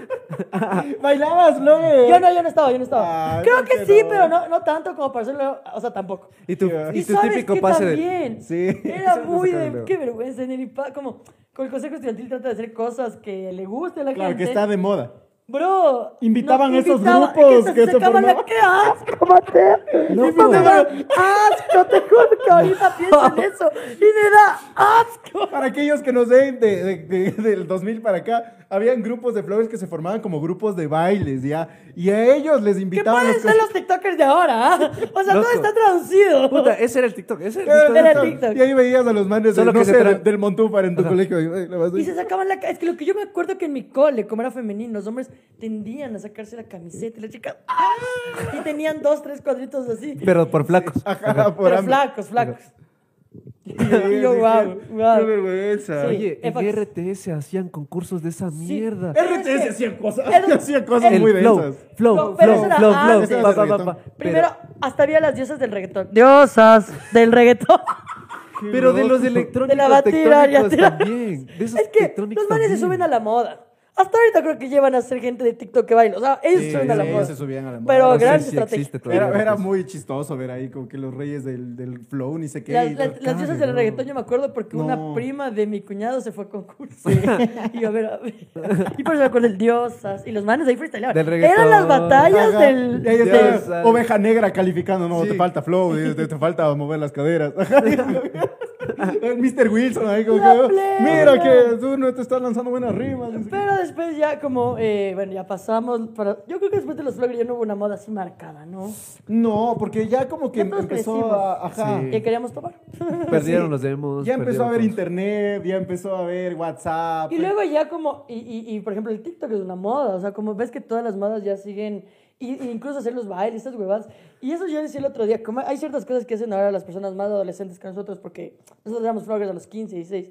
C: Bailabas, Logue.
A: Yo no, yo no estaba, yo no estaba.
C: Ay,
A: Creo
C: ¿por
A: que
C: qué
A: sí,
C: Ah, no?
A: pero no, no tanto como para hacerlo, o sea, tampoco.
D: Y tu,
C: Y
D: y
A: Y
D: tu
A: sabes
D: típico
A: que
D: pase de.
A: también
C: Sí.
A: Era
D: Eso no
A: muy
D: se
A: de.
D: cambió.
A: Qué vergüenza en el IPA. Como con el consejo estudiantil trata de hacer cosas que le guste a la
C: Claro,
A: gente.
C: que está de moda.
A: Bro.
C: Invitaban
A: nos
C: esos
A: invitaban-
C: grupos
A: se-
C: que
A: se
C: se
A: acaban la-
C: formaban.
A: ¡Qué asco, Mateo!
C: No,
A: Y me
C: pues.
A: da asco, te juro que ahorita pienso en eso. Y me da asco.
C: Para aquellos que nos ven de, de- de- del 2000 para acá, habían grupos de flores que se formaban como grupos de bailes, ¿ya? Y a ellos les
A: ¿Qué
C: invitaban...
A: pueden
C: los
A: ser los TikTokers de ahora? ah? O sea, todo
D: Loco.
A: está traducido.
D: Puta, ese era el TikTok. Ese
C: Era
D: era el TikTok.
A: Era
C: TikTok.
A: TikTok.
C: Y ahí veías a los manes de,
D: Solo
C: no
D: que
C: sé,
D: se tra-
C: del, del Montúfar en tu colegio. y, "Ay, la vas a-
A: Y se sacaban la ca- Es que lo que yo me acuerdo que en mi cole, como era femenino, los hombres tendían a sacarse la camiseta y las chicas. ¡ah! Y tenían dos, tres cuadritos así.
D: Pero por flacos.
C: Ajá, por
A: Pero
C: hambre.
A: flacos, flacos.
C: Y
A: yo,
C: dije,
A: guau, guau.
C: Qué vergüenza.
A: Sí.
D: Oye, en
A: Efax.
D: RTS hacían concursos de esa mierda.
C: RTS hacían cosas, hacían cosas
A: era-
C: muy
D: el flow,
C: densas.
A: No,
D: flow, flow,
A: pero eso
D: flow,
A: era
D: flow,
A: antes.
D: pa, pa, pa, pa.
A: Primero, hasta había las diosas del reggaetón. Diosas del reggaetón.
D: pero, pero de los electrónicos
A: De la batida y a
D: tectónicos
A: tirar.
D: también. De esos
A: Es que
D: tectónicos
A: los manes se
D: también.
A: suben a la moda. Hasta ahorita creo que llevan a ser gente de TikTok que baila. O sea, ellos se
C: Sí,
A: suben a la
C: sí,
A: moda.
C: se subían a la moda.
A: Pero
C: No
D: sé
A: gran
D: si
A: estrategia.
D: existe todavía.
C: Era, era muy chistoso ver ahí como que los reyes del, del flow, ni sé qué.
A: La-
C: y
A: la-
C: los-
A: las diosas del reggaetón yo me acuerdo porque
C: No.
A: una prima de mi cuñado se fue a concurso. y yo, a ver, a ver. Y por eso me acuerdo el diosas. Y los manes ahí freestyleaban.
D: Del
A: Eran las
D: reggaetón.
A: batallas
C: Ajá.
A: del...
C: Y ahí
A: del-
C: está,
D: Dios, al-
C: oveja negra calificando, no,
D: Sí.
C: te falta flow, eh, te, te falta mover las caderas. Ajá. El Mr. Wilson ahí como
A: La
C: que, "Oh,
A: plena.
C: mira que tú no te estás lanzando buenas rimas. no sé qué.
A: Pero después ya como, eh, bueno, ya pasamos para... Yo creo que después de los vloggers ya no hubo una moda así marcada, ¿no?
C: No, porque ya como que
A: Ya todos
C: empezó
A: crecimos.
C: a... Ajá.
D: Sí.
A: Que queríamos tomar.
D: Perdieron los demos.
C: Ya empezó
D: perdieron
C: a haber
D: todo.
C: internet, ya empezó a haber WhatsApp.
A: Y luego ya como, y, y, y, por ejemplo el TikTok es una moda, o sea, como ves que todas las modas ya siguen, y, y incluso hacer los bailes, esas huevadas. Y eso yo decía el otro día, como hay ciertas cosas que hacen ahora las personas más adolescentes que nosotros, porque nosotros éramos vloggers a los 15, 16.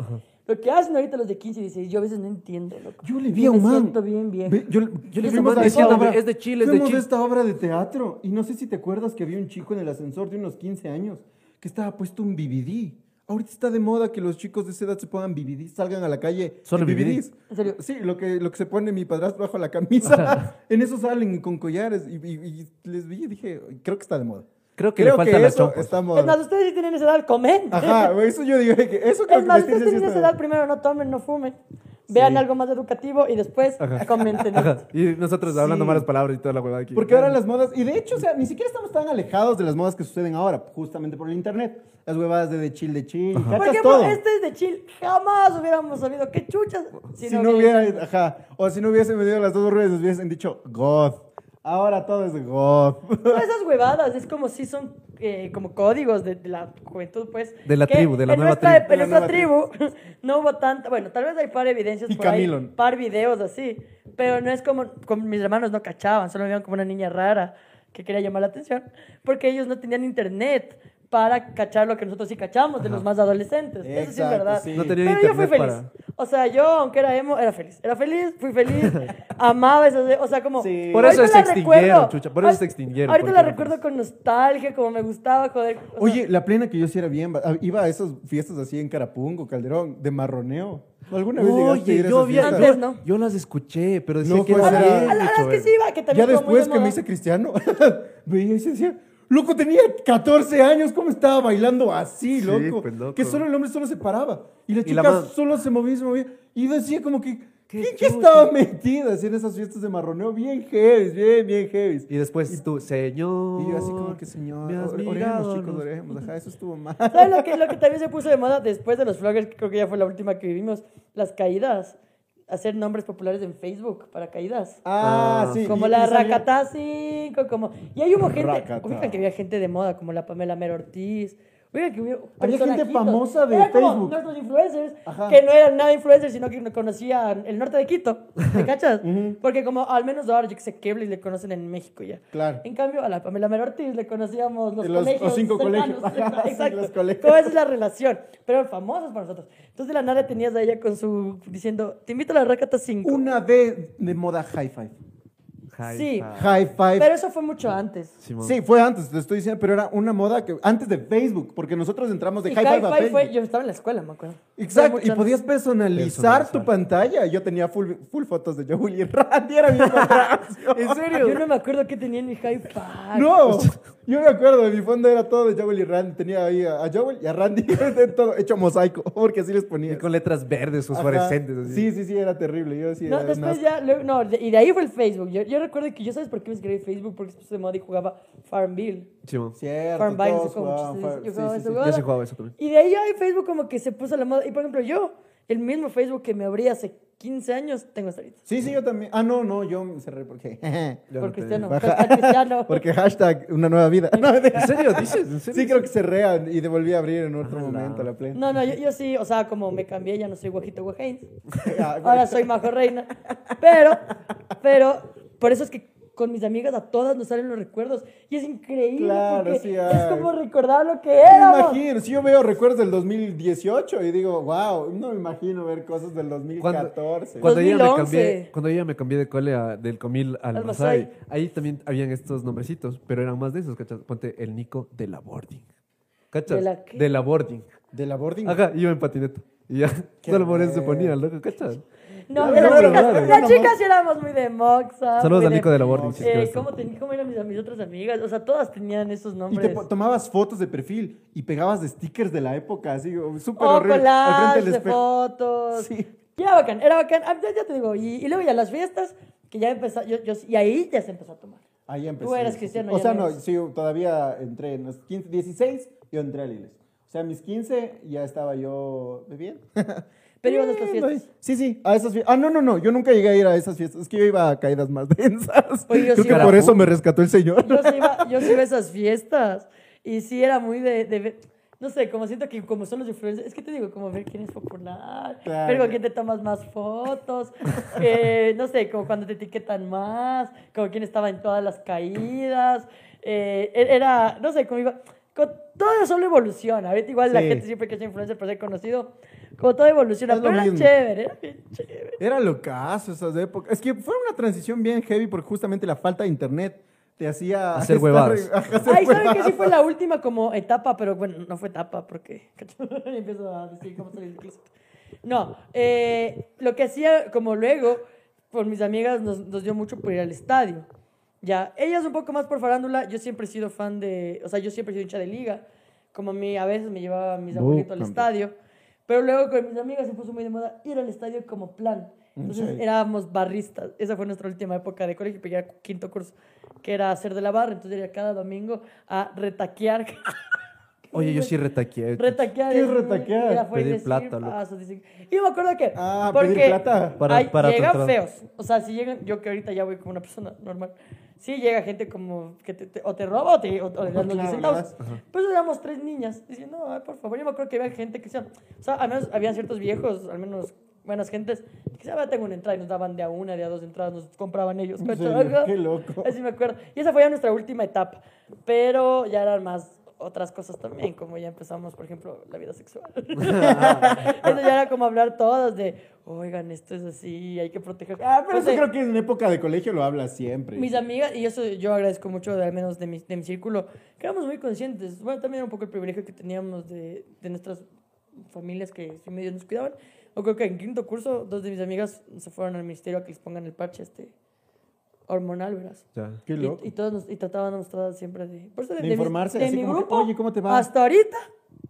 A: Lo que hacen ahorita los de 15 y 16, yo a veces no entiendo, loco.
C: Yo le vi a un
A: Me
C: man.
A: siento bien viejo.
C: Ve, yo, yo le
A: Ese
C: fuimos
A: man
C: a esta
A: diciéndome,
C: obra-
D: "Es de Chile, es de
C: fuimos a
D: Chile".
C: esta obra de teatro y no sé si te acuerdas que había un chico en el ascensor de unos 15 años que estaba puesto un BBD. Ahorita está de moda que los chicos de esa edad se pongan BBD, salgan a la calle
D: Solo
C: en
D: BBD.
C: BBDs.
A: ¿En serio?
C: Sí, lo que, lo que se pone mi padrastro bajo la camisa. en eso salen con collares y, y- y les vi y dije, creo que está de moda.
D: Creo que le faltan las
C: eso
D: chompas.
C: está de
A: Es más,
C: moda.
A: ustedes sí tienen esa edad, comen.
C: Ajá, eso yo digo que eso creo
A: Es
C: que
A: más, este ustedes
C: vestirse así
A: tienen
C: está
A: esa
C: de moda.
A: edad, primero no tomen, no fumen. Vean algo más educativo y después comenten.
D: Ajá, Y nosotros
C: Sí.
D: hablando malas palabras y toda la huevada aquí.
C: Porque ahora las modas, y de hecho, o sea, ni siquiera estamos tan alejados de las modas que suceden ahora, justamente por el internet. Las huevadas de, de chill, de chill, cachas
A: Por ejemplo,
C: todo.
A: este es de chill. Jamás hubiéramos sabido qué chuchas.
C: Si, no hubiera, ajá, o si no hubiesen venido las dos redes, hubiesen dicho God. Ahora todo es God.
A: Todas esas huevadas es como si son eh, como códigos de, de la juventud, pues.
D: De la
A: que
D: tribu, de la
A: en
D: nueva
A: nuestra-
D: tribu.
A: En
C: De la
A: nuestra tribu no hubo tanta. Bueno, tal vez hay par evidencias
C: Y
A: por ahí,
C: Camilo.
A: par videos así. Pero no es como. Con mis hermanos no cachaban, solo me veían como una niña rara que quería llamar la atención. Porque ellos no tenían internet para cachar lo que nosotros sí cachamos de los más adolescentes. Eso sí es
C: Exacto,
A: verdad.
C: sí.
D: No tenía
A: Pero yo fui
D: internet
A: feliz.
D: para.
A: O sea, yo, aunque era emo, era feliz. Era feliz, fui feliz. amaba esas. O sea, como.
C: Sí.
D: Por eso
A: ahorita
D: se
A: la
D: extinguieron,
A: recuerdo.
D: chucha, por eso
A: Ahor-
D: se extinguieron,
A: Ahorita
D: porque
A: la
D: no-
A: recuerdo con nostalgia, como me gustaba, joder. o sea,
C: Oye, la plena que yo sí era bien, ba- ah, iba a esas fiestas así en Carapungo, Calderón, de marroneo. ¿Alguna vez llegaste a ir
D: Oye,
C: a
D: yo
C: esas
D: vi.
C: fiestas?
A: Antes no.
D: Yo, yo las escuché, pero decía
C: No,
D: que
C: pues,
D: era
C: era-
A: a
D: bien
A: la- a
D: hecho,
A: las que
D: eh.
A: sí iba, que
C: Ya
A: también fue muy
C: después
A: de
C: que me
A: moda.
C: hice cristiano, veía y se decía, loco, tenía 14 años, ¿cómo estaba bailando así,
D: Sí,
C: loco?
D: pues, loco.
C: Que solo el hombre solo se paraba. Y la
D: Y
C: chica
D: la man-
C: solo se movía y se movía. Y decía como que,
D: Qué
C: ¿quién
D: chucha.
C: estaba metida así en esas fiestas de marroneo? Bien heavy, bien, bien heavy.
D: Y después tú, señor.
C: Y yo así como que, señor,
D: me has
C: ore-
D: mirado
C: oremos,
D: a
C: chicos,
D: los-
C: oremos. Ajá, eso estuvo mal. Ah,
A: ¿Sabes lo que, lo que también se puso de moda después de los vloggers? Que creo que ya fue la última que vivimos. Las caídas. Hacer nombres populares en Facebook para caídas.
C: Ah,
D: Ah.
C: sí.
A: Como
C: y-
A: la
C: y salía-
A: Racatá 5, como... Y ahí hubo gente...
C: Racatá.
A: Oigan que había gente de moda, como la Pamela Mero Ortiz, Oiga, que hubiera
C: Había gente
A: personajitos.
C: famosa de
A: Era como
C: Facebook.
A: nuestros influencers,
C: Ajá.
A: que no eran nada influencers, sino que conocían el norte de Quito. ¿Te cachas? Porque como al menos ahora yo que sé Kevley le conocen en México ya.
C: Claro.
A: En cambio, a la Pamela Mera Ortiz le conocíamos los,
C: Los- los
A: colegios.
C: cinco
A: cercanos.
C: colegios. Ajá, sí,
A: Exacto.
C: los colegios.
A: Como esa es la relación. Pero famosos para nosotros. Entonces de la nada tenías a ella con su diciendo, te invito a la Rakata 5.
C: Una D de moda high five.
D: Hi,
A: Sí.
D: hi.
C: High five.
A: Pero eso fue mucho antes.
D: Simón.
C: Sí, fue antes, te estoy diciendo, pero era una moda que antes de Facebook, porque nosotros entramos de
A: y
C: high five a
A: Hi-Fi
C: Facebook.
A: fue, yo estaba en la escuela, me acuerdo. Fue
C: Exacto,
A: mucho
C: y
A: antes.
C: podías personalizar tu
D: Personalizar.
C: pantalla. Yo tenía full, full fotos de Joel y Randy, era mi contracción.
D: ¿En serio?
A: Ah, Yo no me acuerdo qué tenía en mi high five.
C: No, yo me acuerdo, mi fondo era todo de Joel y Randy. Tenía ahí a, a Joel y a Randy, de todo hecho mosaico, porque así les ponía.
D: Y con letras verdes
C: Ajá.
D: fosforescentes. así.
C: Sí, sí, sí, era terrible. Yo sí,
A: No,
C: era
A: después
C: nasty.
A: ya, luego- no, de- y de ahí fue el Facebook. Yo, yo recuerdo que yo sabes por qué me inscribí en Facebook, porque se puso de moda y jugaba Farmville.
D: Simón.
C: Cierto,
A: Farmville, no
C: todos
A: sé cómo
C: jugaban,
A: chistes,
C: fue-
A: yo
C: sí,
A: jugaba
C: sí,
A: esa
C: sí.
A: huevada.
D: Ya se jugaba eso también.
A: Y de ahí ya en Facebook como que se puso a la moda. Y por ejemplo, yo, el mismo Facebook que me abrí hace 15 años, tengo hasta ahorita.
C: Sí, sí, yo también. Ah, no, no, yo me cerré porque...
D: Yo
A: por
D: no tenía.
A: Cristiano.
C: Baja.
A: hashtag Cristiano.
C: porque hashtag una nueva vida. No, de-
D: ¿En serio? ¿Dices? ¿En serio?
C: sí, creo que cerré a- y devolví a abrir en otro
D: Ala.
C: momento la plena.
A: Ah, No, no, yo, yo sí, o sea, como me cambié, ya no soy Guajito Guajains.
C: Ah,
A: Ahora soy Majo Reina. Pero, pero, por eso es que con mis amigas a todas nos salen los recuerdos. Y es increíble.
C: Claro,
A: porque
C: sí,
A: es
C: ay.
A: como recordar lo que
C: me
A: éramos.
C: imagino, si yo veo recuerdos del 2018 y digo, wow, no me imagino ver cosas del 2014.
D: Cuando yo, ya me
A: 2011.
D: cambié, cuando yo ya me cambié de cole a- del Comil al,
A: Al
D: Masai,
A: Masai.
D: ahí también habían estos nombrecitos, pero eran más de esos, ¿cachas? Ponte el Nico de la Boarding. ¿Cachas?
A: ¿De la qué?
D: De la Boarding.
C: ¿De la boarding?
D: Ajá, iba en patineta. Y ya, solo por eso se ponía, loco, ¿cachas?
A: No,
C: Ya,
A: las
C: ya,
A: chicas,
C: ya, ya,
A: las
C: ya, ya,
A: chicas
C: ya.
A: sí éramos muy de moxa.
D: Saludos
A: muy
D: a Nico de la
A: Eh,
D: Boarding. si es que ves esto.
A: ¿cómo, ten- cómo eran mis, mis otras amigas? O sea, todas tenían esos
C: Y te
A: nombres.
C: po- tomabas fotos de perfil y pegabas de stickers de la época, así, oh, súper
A: O
C: horrible. al
A: collage
C: frente del
A: Oh, de
C: espejo.
A: fotos.
C: Sí.
A: Y era bacán, era bacán. Ah, Ya, ya te digo, y, y luego ya las fiestas, que ya empezó, yo, yo- y ahí ya se empezó a tomar.
C: Ahí empecé.
A: Tú eras cristiano,
C: O
A: ya
C: sea,
A: no
C: no,
A: eres.
C: sí, yo todavía entré en los 15, 16, yo entré a Liles. O sea, a mis 15 ya estaba yo bebiendo.
A: Pero ibas a estas
C: Bebiendo ahí.
A: fiestas.
C: Eh, Sí, sí, a esas fiestas. Ah, no, no, no, yo nunca llegué a ir a esas fiestas. Es que yo iba a caídas más
A: Oye,
C: densas.
A: Pues yo
C: Creo
A: sí
C: que
A: iba-
C: por eso me rescató el señor.
A: Yo sí iba, yo sí iba a esas fiestas. Y sí era muy de, de ver- No sé, como siento que como son los influencers, es que te digo, como ver quién es popular,
C: Claro.
A: ver con quién te tomas más fotos, eh, no sé, como cuando te etiquetan más, como quién estaba en todas las caídas, eh, e- era, no sé, como iba... Con, todo solo evoluciona, ahorita igual la
C: Sí.
A: gente siempre que es influencer por ser conocido, como todo evoluciona,
C: Es lo
A: pero era
C: mismo.
A: chévere, era bien chévere.
C: Era locazo esas épocas. Es que fue una transición bien heavy porque justamente la falta de internet te hacía...
D: Hacer
C: estar-
D: huevadas.
C: Ajá, hacer
A: Ay, ¿saben que
C: huevadas.
A: sí fue la última como etapa? Pero bueno, no fue etapa porque y empiezo a decir cómo salir del closet. No, eh, lo que hacía como luego, por mis amigas nos, nos dio mucho por ir al estadio. Ya, ellas un poco más por farándula, yo siempre he sido fan de, o sea, yo siempre he sido hincha de liga, como a mí a veces me llevaba mis
C: Uh,
A: abuelitos al
C: campeón.
A: estadio, pero luego con mis amigas se puso muy de moda ir al estadio como plan. Entonces
C: serio?
A: éramos barristas, esa fue nuestra última época de colegio, porque ya era quinto curso, que era hacer de la barra, entonces era cada domingo a retaquear.
D: Oye, yo sí retaqueé.
A: Retaquear.
C: ¿Qué es retaquear?
A: Era fue
D: Pedir
A: decir ah,
D: plata, loco.
A: pasos, dicen- Y yo me acuerdo que.
C: Ah,
A: porque
C: pedir plata.
D: Para-
A: ay,
D: para tu
A: llegan
D: entrada.
A: feos. O sea, si llegan. Yo que ahorita ya voy como una persona normal. Sí, llega gente como que te- te- o te roba o, te, o, o le das los
C: Claro,
A: 10
C: le
A: centavos.
C: das.
A: Pues éramos tres niñas diciendo, no, ay, por favor. Yo me acuerdo que había gente que decía, o sea, al menos habían ciertos viejos, al menos buenas gentes, que decían, "Ah, tengo una entrada y nos daban de a una, de a dos entradas, nos compraban ellos.
C: ¿En
A: ¿cachai?
C: serio?
A: Ajá.
C: Qué loco.
A: Así me acuerdo. Y esa fue ya nuestra última etapa. Pero ya eran más otras cosas también, como ya empezamos, por ejemplo, la vida sexual. Eso ya era como hablar todos de, oigan, esto es así, hay que proteger.
C: Ah, pero eso
A: Entonces,
C: creo que en época de colegio lo hablas siempre.
A: Mis amigas, y eso yo agradezco mucho, de, al menos de mi, de mi círculo, que éramos muy conscientes. Bueno, también era un poco el privilegio que teníamos de, de nuestras familias que sí medio nos cuidaban. O creo que en quinto curso, dos de mis amigas se fueron al ministerio a que les pongan el parche este hormonal, verás.
D: Ya.
C: Qué
A: Y-
C: loco.
A: Y, todos nos, y tratábamos todas siempre de... Por eso
C: De
A: mis-
C: informarse,
A: de
C: así
A: mi
C: como que,
A: grupo,
C: "Oye, ¿cómo te va?"
A: Hasta ahorita,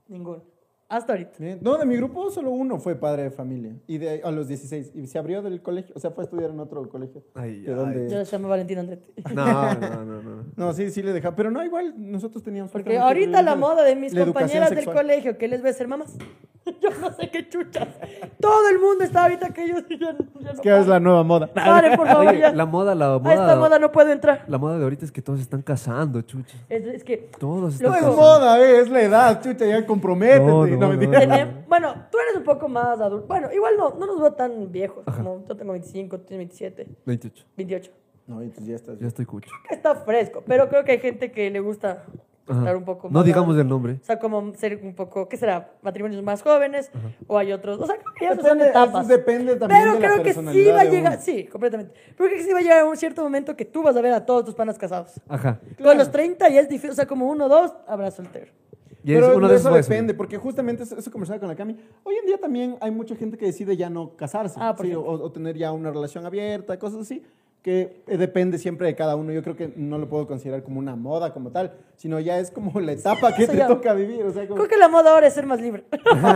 A: ninguno. Hasta ahorita.
C: Bien. No, de mi grupo solo uno fue padre de familia. Y de ahí- a los 16. Y se abrió del colegio. O sea, fue a estudiar en otro colegio.
D: Ay,
C: ¿De
D: ay.
C: dónde?
A: Yo les llamo Valentina Andretti.
D: No, no, no, no.
C: No, sí, sí le dejaba. Pero no, igual nosotros teníamos...
A: Porque
C: justamente
A: ahorita la
C: prioridad
A: moda de mis
C: la educación
A: compañeras del
C: sexual.
A: colegio, que les voy a hacer mamás, Yo no sé qué chuchas. Todo el mundo está ahorita que yo ya, ya no
C: Es que es la nueva moda.
A: Pare, por favor,
D: Oye,
A: ya.
D: la moda, la moda.
A: A esta moda no puedo entrar.
D: La moda de ahorita es que todos están casando, chucha.
A: Es, es que
D: Todos están
C: No es
A: Luego-
D: casando.
C: moda, eh, es la edad, chucha, ya comprométete.
D: No,
C: No,
D: no, no,
C: mentira.
A: tenem- bueno, tú eres un poco más adulto. Bueno, igual no, no nos veo tan viejos. Como yo tengo 25, tú tienes 27,
D: 28.
A: 28.
C: No, entonces ya estás.
D: Ya estoy cucho.
A: Está fresco, pero creo que hay gente que le gusta
D: Ajá.
A: estar un poco más.
D: No digamos
A: adulto.
D: el nombre.
A: O sea, como ser un poco, ¿qué será? Matrimonios más jóvenes o hay otros. O sea, creo que ya no son
C: Depende,
A: etapas.
C: eso depende también
A: Pero
C: de la
A: creo que sí
C: personalidad
A: va a
C: de
A: llegar,
C: uno.
A: sí, completamente. Pero creo que sí va a llegar un cierto momento que tú vas a ver a todos tus panas casados.
D: Ajá.
A: Tú a los 30 ya es difícil, o sea, como uno o dos, habrá soltero.
D: Y
C: Pero
D: es uno de
C: eso
D: esos
C: depende, porque justamente eso, eso conversaba con la Cami. Hoy en día también hay mucha gente que decide ya no casarse
A: Ah, por
C: sí, o,
A: ejemplo.
C: o tener ya una relación abierta, cosas así, que eh, depende siempre de cada uno. Yo creo que no lo puedo considerar como una moda como tal, sino ya es como la etapa que
A: eso
C: te
A: ya-
C: toca vivir. O sea, como-
A: Creo que la moda ahora es ser más libre.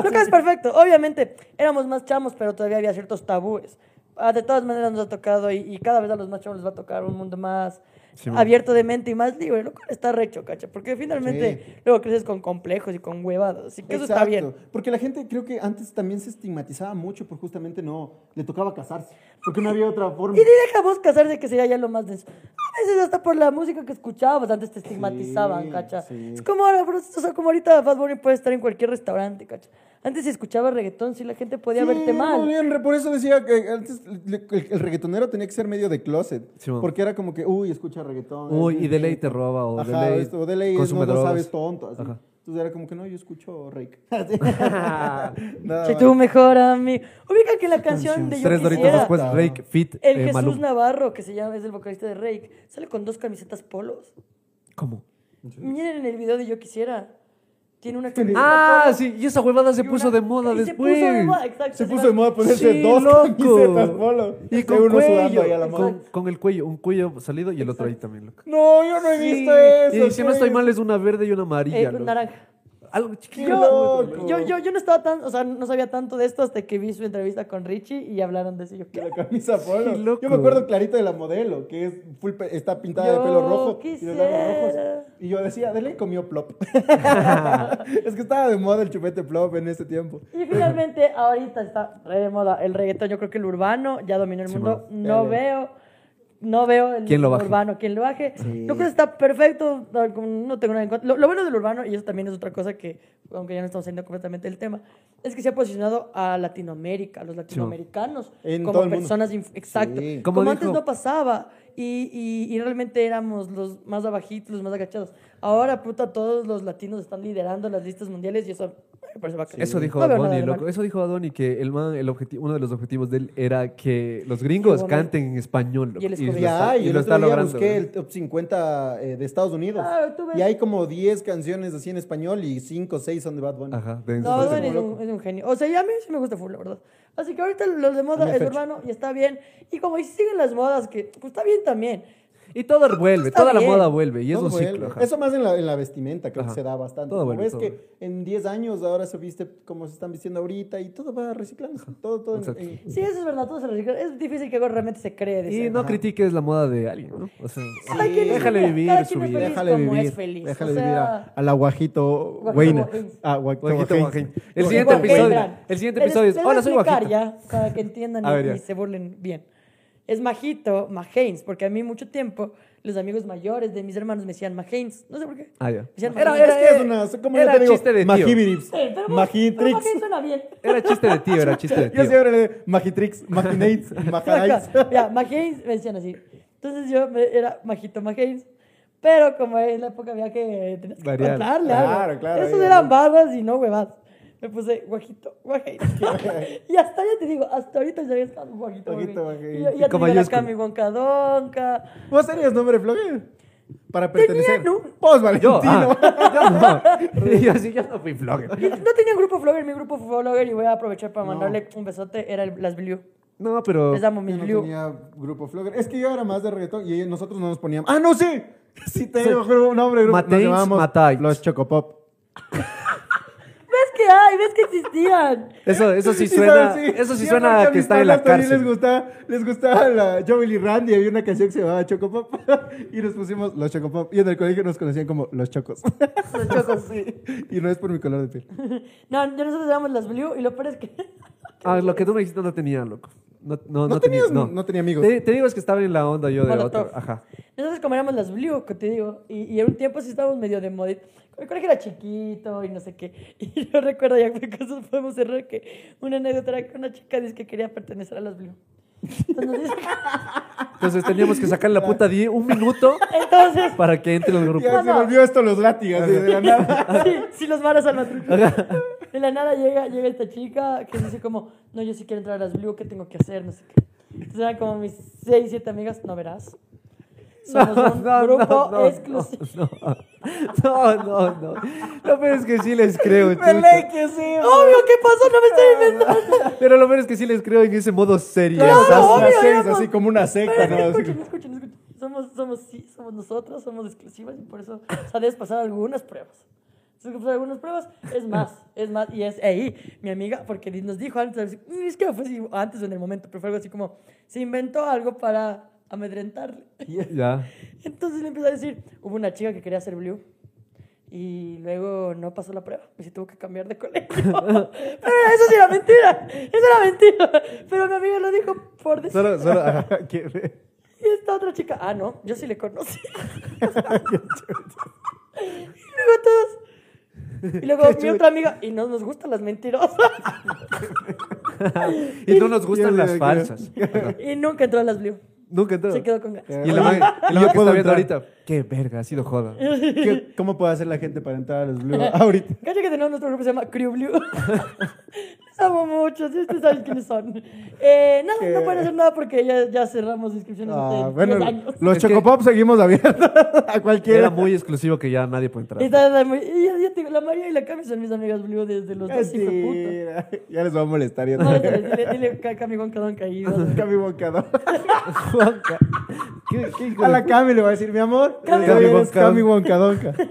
A: Creo que es perfecto. Obviamente, éramos más chamos, pero todavía había ciertos tabúes. Ah, De todas maneras nos ha tocado y, y cada vez a los más chamos les va a tocar un mundo más
D: Sí, man.
A: abierto de mente y más libre, lo cual está recho, cacha, porque finalmente luego creces con complejos y con huevadas, así que eso está bien.
C: Exacto, Porque la gente creo que antes también se estigmatizaba mucho por justamente no le tocaba casarse, porque no había otra forma.
A: Y de dejamos casarse, que sería ya lo más denso. A veces hasta por la música que escuchabas, antes te estigmatizaban,
C: Sí,
A: cacha.
C: sí.
A: Es como ahora, bro, o sea, como ahorita Bad Bunny puede estar en cualquier restaurante, cacha. Antes si escuchabas reggaetón, sí la gente podía
C: Sí,
A: verte mal.
C: no, bien, por eso decía que antes le- el, el reggaetonero tenía que ser medio de closet.
D: Sí, man.
C: porque era como que, uy, escucha reggaetón.
D: Uy,
C: eh,
D: y de ley
C: eh,
D: te roba o de
C: Ajá,
D: ley
C: esto, de ley es, no
D: consume
C: lo
D: drogas.
C: sabes tonto. así.
D: Ajá.
C: Entonces era como que no, yo escucho Rake. Nada
A: Si
C: más.
A: tú mejor amigo. Ubica que la canción de Yo
D: Tres doritos
A: Quisiera,
D: después, Rake Fit
A: el
D: eh,
A: Jesús
D: Maluma.
A: Navarro, que se llama, es el vocalista de Rake, sale con dos camisetas polos.
D: ¿Cómo?
A: Miren en el video de Yo Quisiera. Tiene una camiseta
D: Ah,
A: polo
D: sí, y esa huevada se
A: y
D: puso
A: una-
D: de moda
A: y
D: después.
A: Se puso de moda, exacto.
C: Se
A: sí,
C: puso
A: va.
C: de moda ponerse
D: Sí,
C: dos
D: loco.
C: camisetas polo.
D: Y
C: De
D: con
C: uno sudando ahí a la
D: cuello,
C: mano.
D: con, con el cuello, un cuello salido y el otro ahí también, loco.
C: No, yo no he visto
D: Sí,
C: eso.
D: Y si no estoy mal, es una verde y una amarilla.
A: Eh,
D: loco.
A: naranja.
D: Algo chiquito.
A: Yo,
C: loco.
A: yo, yo, yo no estaba tan, o sea, no sabía tanto de esto hasta que vi su entrevista con Richie y hablaron de eso. Yo, ¿qué?
C: De la camisa polo.
D: Sí, loco.
C: Yo me acuerdo clarito de la modelo, que es full pe- está pintada
A: Yo
C: de pelo rojo y de labios
A: quisiera.
C: rojos. Y yo decía, dele comió plop. es que estaba de moda el chupete plop en ese tiempo.
A: Y finalmente, ahorita está re de moda el reggaetón. Yo creo que el urbano ya dominó el mundo. No
C: Dale.
A: veo, no veo el
D: ¿Quién lo baje?
A: urbano, quien lo baje. Yo creo que está perfecto. no, como No tengo nada en contra. Lo, lo bueno del urbano, y eso también es otra cosa que, aunque ya no estamos saliendo completamente del tema, es que se ha posicionado a Latinoamérica, a los latinoamericanos,
C: En todo
A: como
C: el mundo.
A: personas. inf- Exacto.
C: Sí.
A: Como,
D: Como
A: antes
D: dijo-
A: no pasaba. Y, y- y realmente éramos los más abajitos, los más agachados. Ahora, puta, todos los latinos están liderando las listas mundiales y eso me parece bacán.
D: Eso dijo
A: Este, No veo
D: Adoni,
A: nada de malo.
D: loco. Eso dijo Adoni que el man, el objetivo, uno de los objetivos de él era que los gringos
A: Sí, bueno.
D: canten en español. loco.
A: Y él
D: lo
A: escogió.
D: está-
C: Ya, y,
D: y
C: el otro
D: lo está
C: día
D: logrando. ¿eh? Ah,
C: busqué
D: ¿no?
C: el top 50 eh, de Estados Unidos.
A: Claro, tú ves.
C: Y hay como 10 canciones así en español y 5 o 6 son de Bad Bunny.
D: Ajá, de
A: No,
D: entonces-
A: Bad Bunny es un, es un genio. O sea, ya a mí sí me gusta full, la verdad. Así que ahorita los de moda
C: mí
A: es
C: Fercho.
A: urbano y está bien. Y como dices, siguen las modas, que pues, está bien también.
D: Y todo vuelve,
A: Está
D: toda la
A: bien.
D: moda vuelve. Y es
C: Todo
D: un
C: vuelve.
D: ciclo. ajá.
C: Eso más en la, en la vestimenta, creo
D: Ajá.
C: que se da bastante.
D: Todo
C: Como
D: vuelve,
C: ves
D: todo
C: que en 10 años ahora se viste como se están vistiendo ahorita y todo va reciclándose. Todo, todo. en-
D: Exacto.
C: en-
A: Sí, eso es verdad, todo se recicla. Es difícil que algo realmente se cree. de
D: Y
A: ser.
D: no critiques la moda de alguien, ¿no? O sea,
A: Cada quien es
D: déjale
A: libre,
D: vivir
A: cada
D: su
A: quien es
D: vida.
A: feliz.
C: Déjale
A: como
C: vivir.
A: es feliz.
C: Déjale
A: O sea-
C: vivir a, a la guajito
A: Guajito
C: Weina.
A: guajins.
C: Ah, guajito
D: Guajito
C: guajins.
D: guajín. El siguiente
A: Porque
D: episodio.
A: entran.
D: El siguiente
A: Les-
D: episodio es.
A: les voy a
D: Hola, soy
A: explicar
D: Guajito.
A: ya, para que entiendan
D: A ver,
A: y,
D: ya.
A: y se burlen bien. Es Majito, Majains, porque a mí mucho tiempo los amigos mayores de mis hermanos me decían Majains. No sé por qué.
D: Ah, ya.
A: Me decían
D: Era-
A: Majains.
C: Es que es una, como yo
D: era
C: te digo,
D: chiste de tío.
C: Majibiribs,
A: Sí, pero- pero
C: Majitrix.
A: Majains suena bien.
D: Era chiste de tío, era chiste de
C: Yo
D: tío.
C: siempre le digo Majitrix, Majinates, Majarais.
A: Acá, Ya, Majains me decían así. Entonces yo me- era Majito Majains. Pero como en la época había que tenías que
D: Variar.
A: contarle
C: Claro, claro,
A: Esos
C: ahí,
A: eran
C: ahí.
A: barbas y no huevadas. Me puse guajito, guajito. y hasta ya te digo, hasta ahorita ya habías estado guajito,
C: Guajito,
A: guajito. Y
C: guajito.
A: ya, ya
D: Y con
A: te digo, acá
D: mayúscula.
A: mi woncadonca.
C: ¿Vos tenías nombre flogger? Para pertenecer.
A: un-
C: Vos, Valentino.
D: Yo, ah, yo no. Yo sí, yo no fui vlogger.
A: Y No tenía grupo Flogger, mi grupo fue Flogger y voy a aprovechar para mandarle un besote. Era el- las Blue.
D: No, pero.
A: Les amo
C: Yo
A: mis
C: no
A: Blue.
C: tenía grupo flogger. Es que yo era más de reggaetón y nosotros no nos poníamos. ¡Ah, no sí! Sí, tenía un nombre de grupo. Nos
D: Mateins,
C: llamábamos
D: Matais.
C: Los Chocopop.
A: ¿Ves que hay, ves que existían.
D: Eso, eso sí
C: Y
D: suena,
C: saben,
D: eso sí
C: siempre
D: suena a que
C: mis
D: está en la
C: panas también
D: cárcel.
C: Les gustaba, les gustaba la Joel y Randy. Había una canción que se llamaba Chocopop. Y nos pusimos los Chocopop. Y en el colegio nos conocían como los Chocos.
A: Los chocos.
C: Sí. Y no es por mi color de piel.
A: No, yo nosotros éramos las Blue y lo peor es que.
D: Ah, lo que tú me dijiste no tenía, loco. No, no, no,
C: No
D: tenía,
C: tenías- no tenía amigos.
D: Te, te digo es que estaba en la onda yo de
A: Molotov.
D: otro. Ajá.
A: Nosotros como éramos las Blue, que te digo. Y, y en un tiempo sí estábamos medio de moda. El colegio era chiquito y no sé qué. Y yo recuerdo, ya fue que nosotros podemos cerrar que una anécdota era que una chica dice que quería pertenecer a las Blue. Entonces, nos dice-
D: Entonces teníamos que sacar la puta 10 un minuto
A: entonces
D: para que entre en el
C: Y
D: grupo.
C: ahí se
A: no.
C: volvió esto los látigos. así, de la nada.
A: sí, sí, los malos salvatruchos. De la nada llega, llega esta chica que dice como, no, yo sí quiero entrar a las Blue, ¿qué tengo que hacer? No sé qué. Entonces eran como mis seis, siete amigas, no verás. Somos un grupo exclusivo.
D: No, no, no, no. Lo peor es que sí les creo. chuta.
C: que sí.
A: Obvio, ¿qué pasó? No me estoy inventando.
D: Pero lo peor es que sí les creo en ese modo serio.
A: Claro,
C: Esas-
A: obvio,
C: las seis,
A: éramos-
C: así como una secta,
A: Espérate,
C: ¿no? Así
A: Escuchen, escuchen, escuchen. Somos, somos, sí, somos nosotros, somos exclusivas y por eso, o sea, debes pasar algunas pruebas. Tienes que pasar algunas pruebas, es más, es más, y es ahí, mi amiga, porque nos dijo antes, mm, es que fue así, antes o en el momento, pero fue algo así como, se inventó algo para amedrentarle.
D: Ya.
A: Entonces le empezó a decir, hubo una chica que quería hacer blue y luego no pasó la prueba y se tuvo que cambiar de colegio. Pero eso sí era mentira, eso era mentira. Pero mi amiga lo dijo por decir.
D: Solo, solo. ajá, que-
A: Y esta otra chica, ah, no, yo sí le conocí. y luego todos. Y luego mi otra amiga, y no nos gustan las mentirosas.
D: Y no nos gustan
C: Ya, ya,
D: las
C: ya.
D: falsas.
A: y nunca entró a las blue.
D: Nunca entró.
A: Se quedó con ganas.
D: Y la man, y la
C: Yo
D: man que
C: puedo
D: está viendo
C: entrar.
D: ahorita. Qué verga, ha sido joda.
C: ¿Qué- ¿Cómo puede hacer la gente para entrar a los Blue ahorita?
A: Cacha que tenemos nuestro grupo se llama Crew Blue. Les amo mucho, si ustedes saben quiénes son. Eh, nada,
C: ¿Qué?
A: no pueden hacer nada porque ya, ya cerramos inscripciones
C: Ah,
A: hace 10
C: bueno,
A: años.
C: los
D: Es que-
C: Chocopop seguimos abiertos a
D: Era
C: cualquiera.
D: muy exclusivo que ya nadie puede entrar.
A: Y está- y ya- ya te digo, la María y la Cami son mis amigas Blue desde
C: Ah,
A: los dos hijos de puta.
C: Mentira. Ya les va a molestar. Ya
A: No, dile, dile, dile que a Cami Juan quedaron caídos.
C: Cami Boncador.
D: Juanca. ¿Qué, qué hijo
C: A
D: de-
C: la Cami le va a decir, mi amor,
A: Cami
C: Cami, eres
D: Boncadonca.
C: Cami Boncadonca.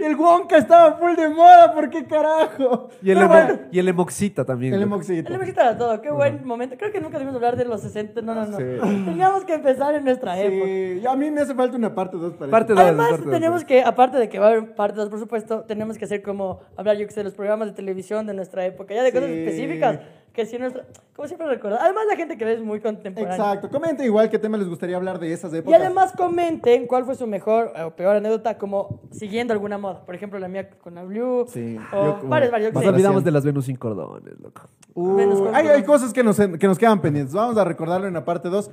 C: El Wonka estaba full de moda, ¿por qué carajo?
D: Y el,
C: Pero
D: emo-
C: bueno,
D: y el emoxita también.
C: el
D: loco.
C: emoxito.
A: El éxito era todo, qué buen momento. Creo que nunca debimos hablar de los 60, no, no, no.
C: Sí.
A: Teníamos que empezar en nuestra época.
C: Sí, a mí me hace falta una parte 2 para
D: Parte
C: eso.
D: dos,
A: Además,
D: parte dos,
A: tenemos
D: parte
A: que, aparte de que va a haber parte 2, por supuesto, tenemos que hacer como hablar, yo que sé, los programas de televisión de nuestra época, ya de cosas
C: Sí.
A: específicas, que sí, nuestra, como siempre recuerda. Además, la gente que es muy contemporánea.
C: Exacto, comenten igual qué tema les gustaría hablar de esas
A: Y
C: épocas.
A: además comenten cuál fue su mejor eh, o peor anécdota como siguiendo alguna moda. Por ejemplo, la mía con la Blue.
C: Sí, yo
A: O
C: como-
A: varios, varios. yo
D: Nos
A: que sé.
D: olvidamos de las Venus sin cordones, loco.
C: Uh,
A: Menos con-
C: hay, hay cosas que nos, que nos quedan pendientes. Vamos a recordarlo en la parte 2.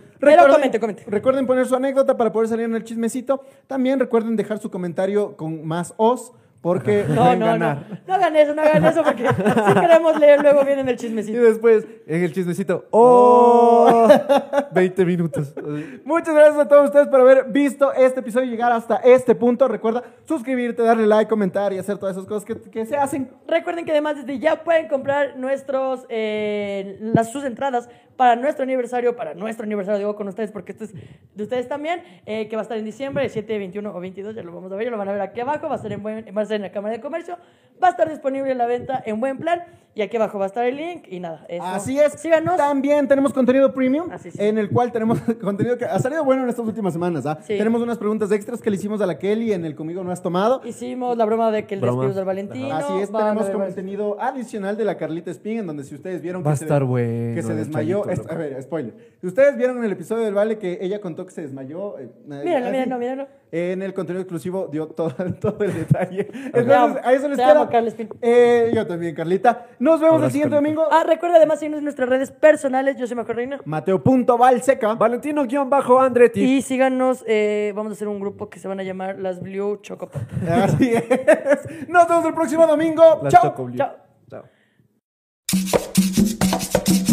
A: comente, comente.
C: Recuerden poner su anécdota para poder salir en el chismecito. También recuerden dejar su comentario con más os porque
A: No,
C: pueden
A: no, no.
C: ganar.
A: No hagan eso, no hagan eso porque si queremos leer luego viene en el
D: Y
A: chismecito.
D: después, en el chismecito, ¡oh! 20 minutos.
C: Muchas gracias a todos ustedes por haber visto este episodio y llegar hasta este punto. Recuerda suscribirte, darle like, comentar y hacer todas esas cosas que, que se hacen.
A: Recuerden que además desde ya pueden comprar nuestros, eh, las, sus entradas para nuestro aniversario, para nuestro aniversario, digo con ustedes, porque esto es de ustedes también, eh, que va a estar en diciembre, el 7, 21 o 22, ya lo vamos a ver, ya lo van a ver aquí abajo, va a, ser en buen- va a estar en la Cámara de Comercio, va a estar disponible la venta en buen plan, y aquí abajo va a estar el link, y nada, eso.
C: Así es.
A: Síganos.
C: También tenemos contenido premium
A: Así es.
C: en el cual tenemos contenido que ha salido bueno en estas últimas semanas. ¿ah?
A: Sí.
C: Tenemos unas preguntas extras que le hicimos a la Kelly en el Conmigo No Has Tomado.
A: Hicimos la broma de que el
D: Broma.
A: despido es del Valentino.
C: Así es,
A: van a
C: tenemos
A: ver varios-
C: contenido adicional de la Carlita Spin, en donde si ustedes vieron
D: Va a
C: se-
D: estar bueno
C: que se
D: el
C: desmayó.
D: chayito,
C: es-
D: loco.
C: a ver, spoiler. Si ustedes vieron en el episodio del Vale que ella contó que se desmayó. eh, eh,
A: Míralo,
C: así,
A: míralo, míralo.
C: En el contenido exclusivo dio todo, todo el detalle. Entonces,
A: amo,
C: a eso les
A: te
C: queda.
A: amo, Carla Espín.
C: Eh, yo también, Carlita. Nos vemos
D: Abrazo,
C: el siguiente
D: Carlita.
C: domingo.
A: Ah, recuerda además seguirnos en nuestras redes personales. Yo soy Majo Reina.
C: Mateo.valseca.
D: Valentino-Andretti.
A: Y síganos, eh, vamos a hacer un grupo que se van a llamar las Blue Choco Pop.
C: Así es. Nos vemos el próximo domingo.
D: Las
C: Chao.
D: Chocobliu.
A: Chao.
D: Chao.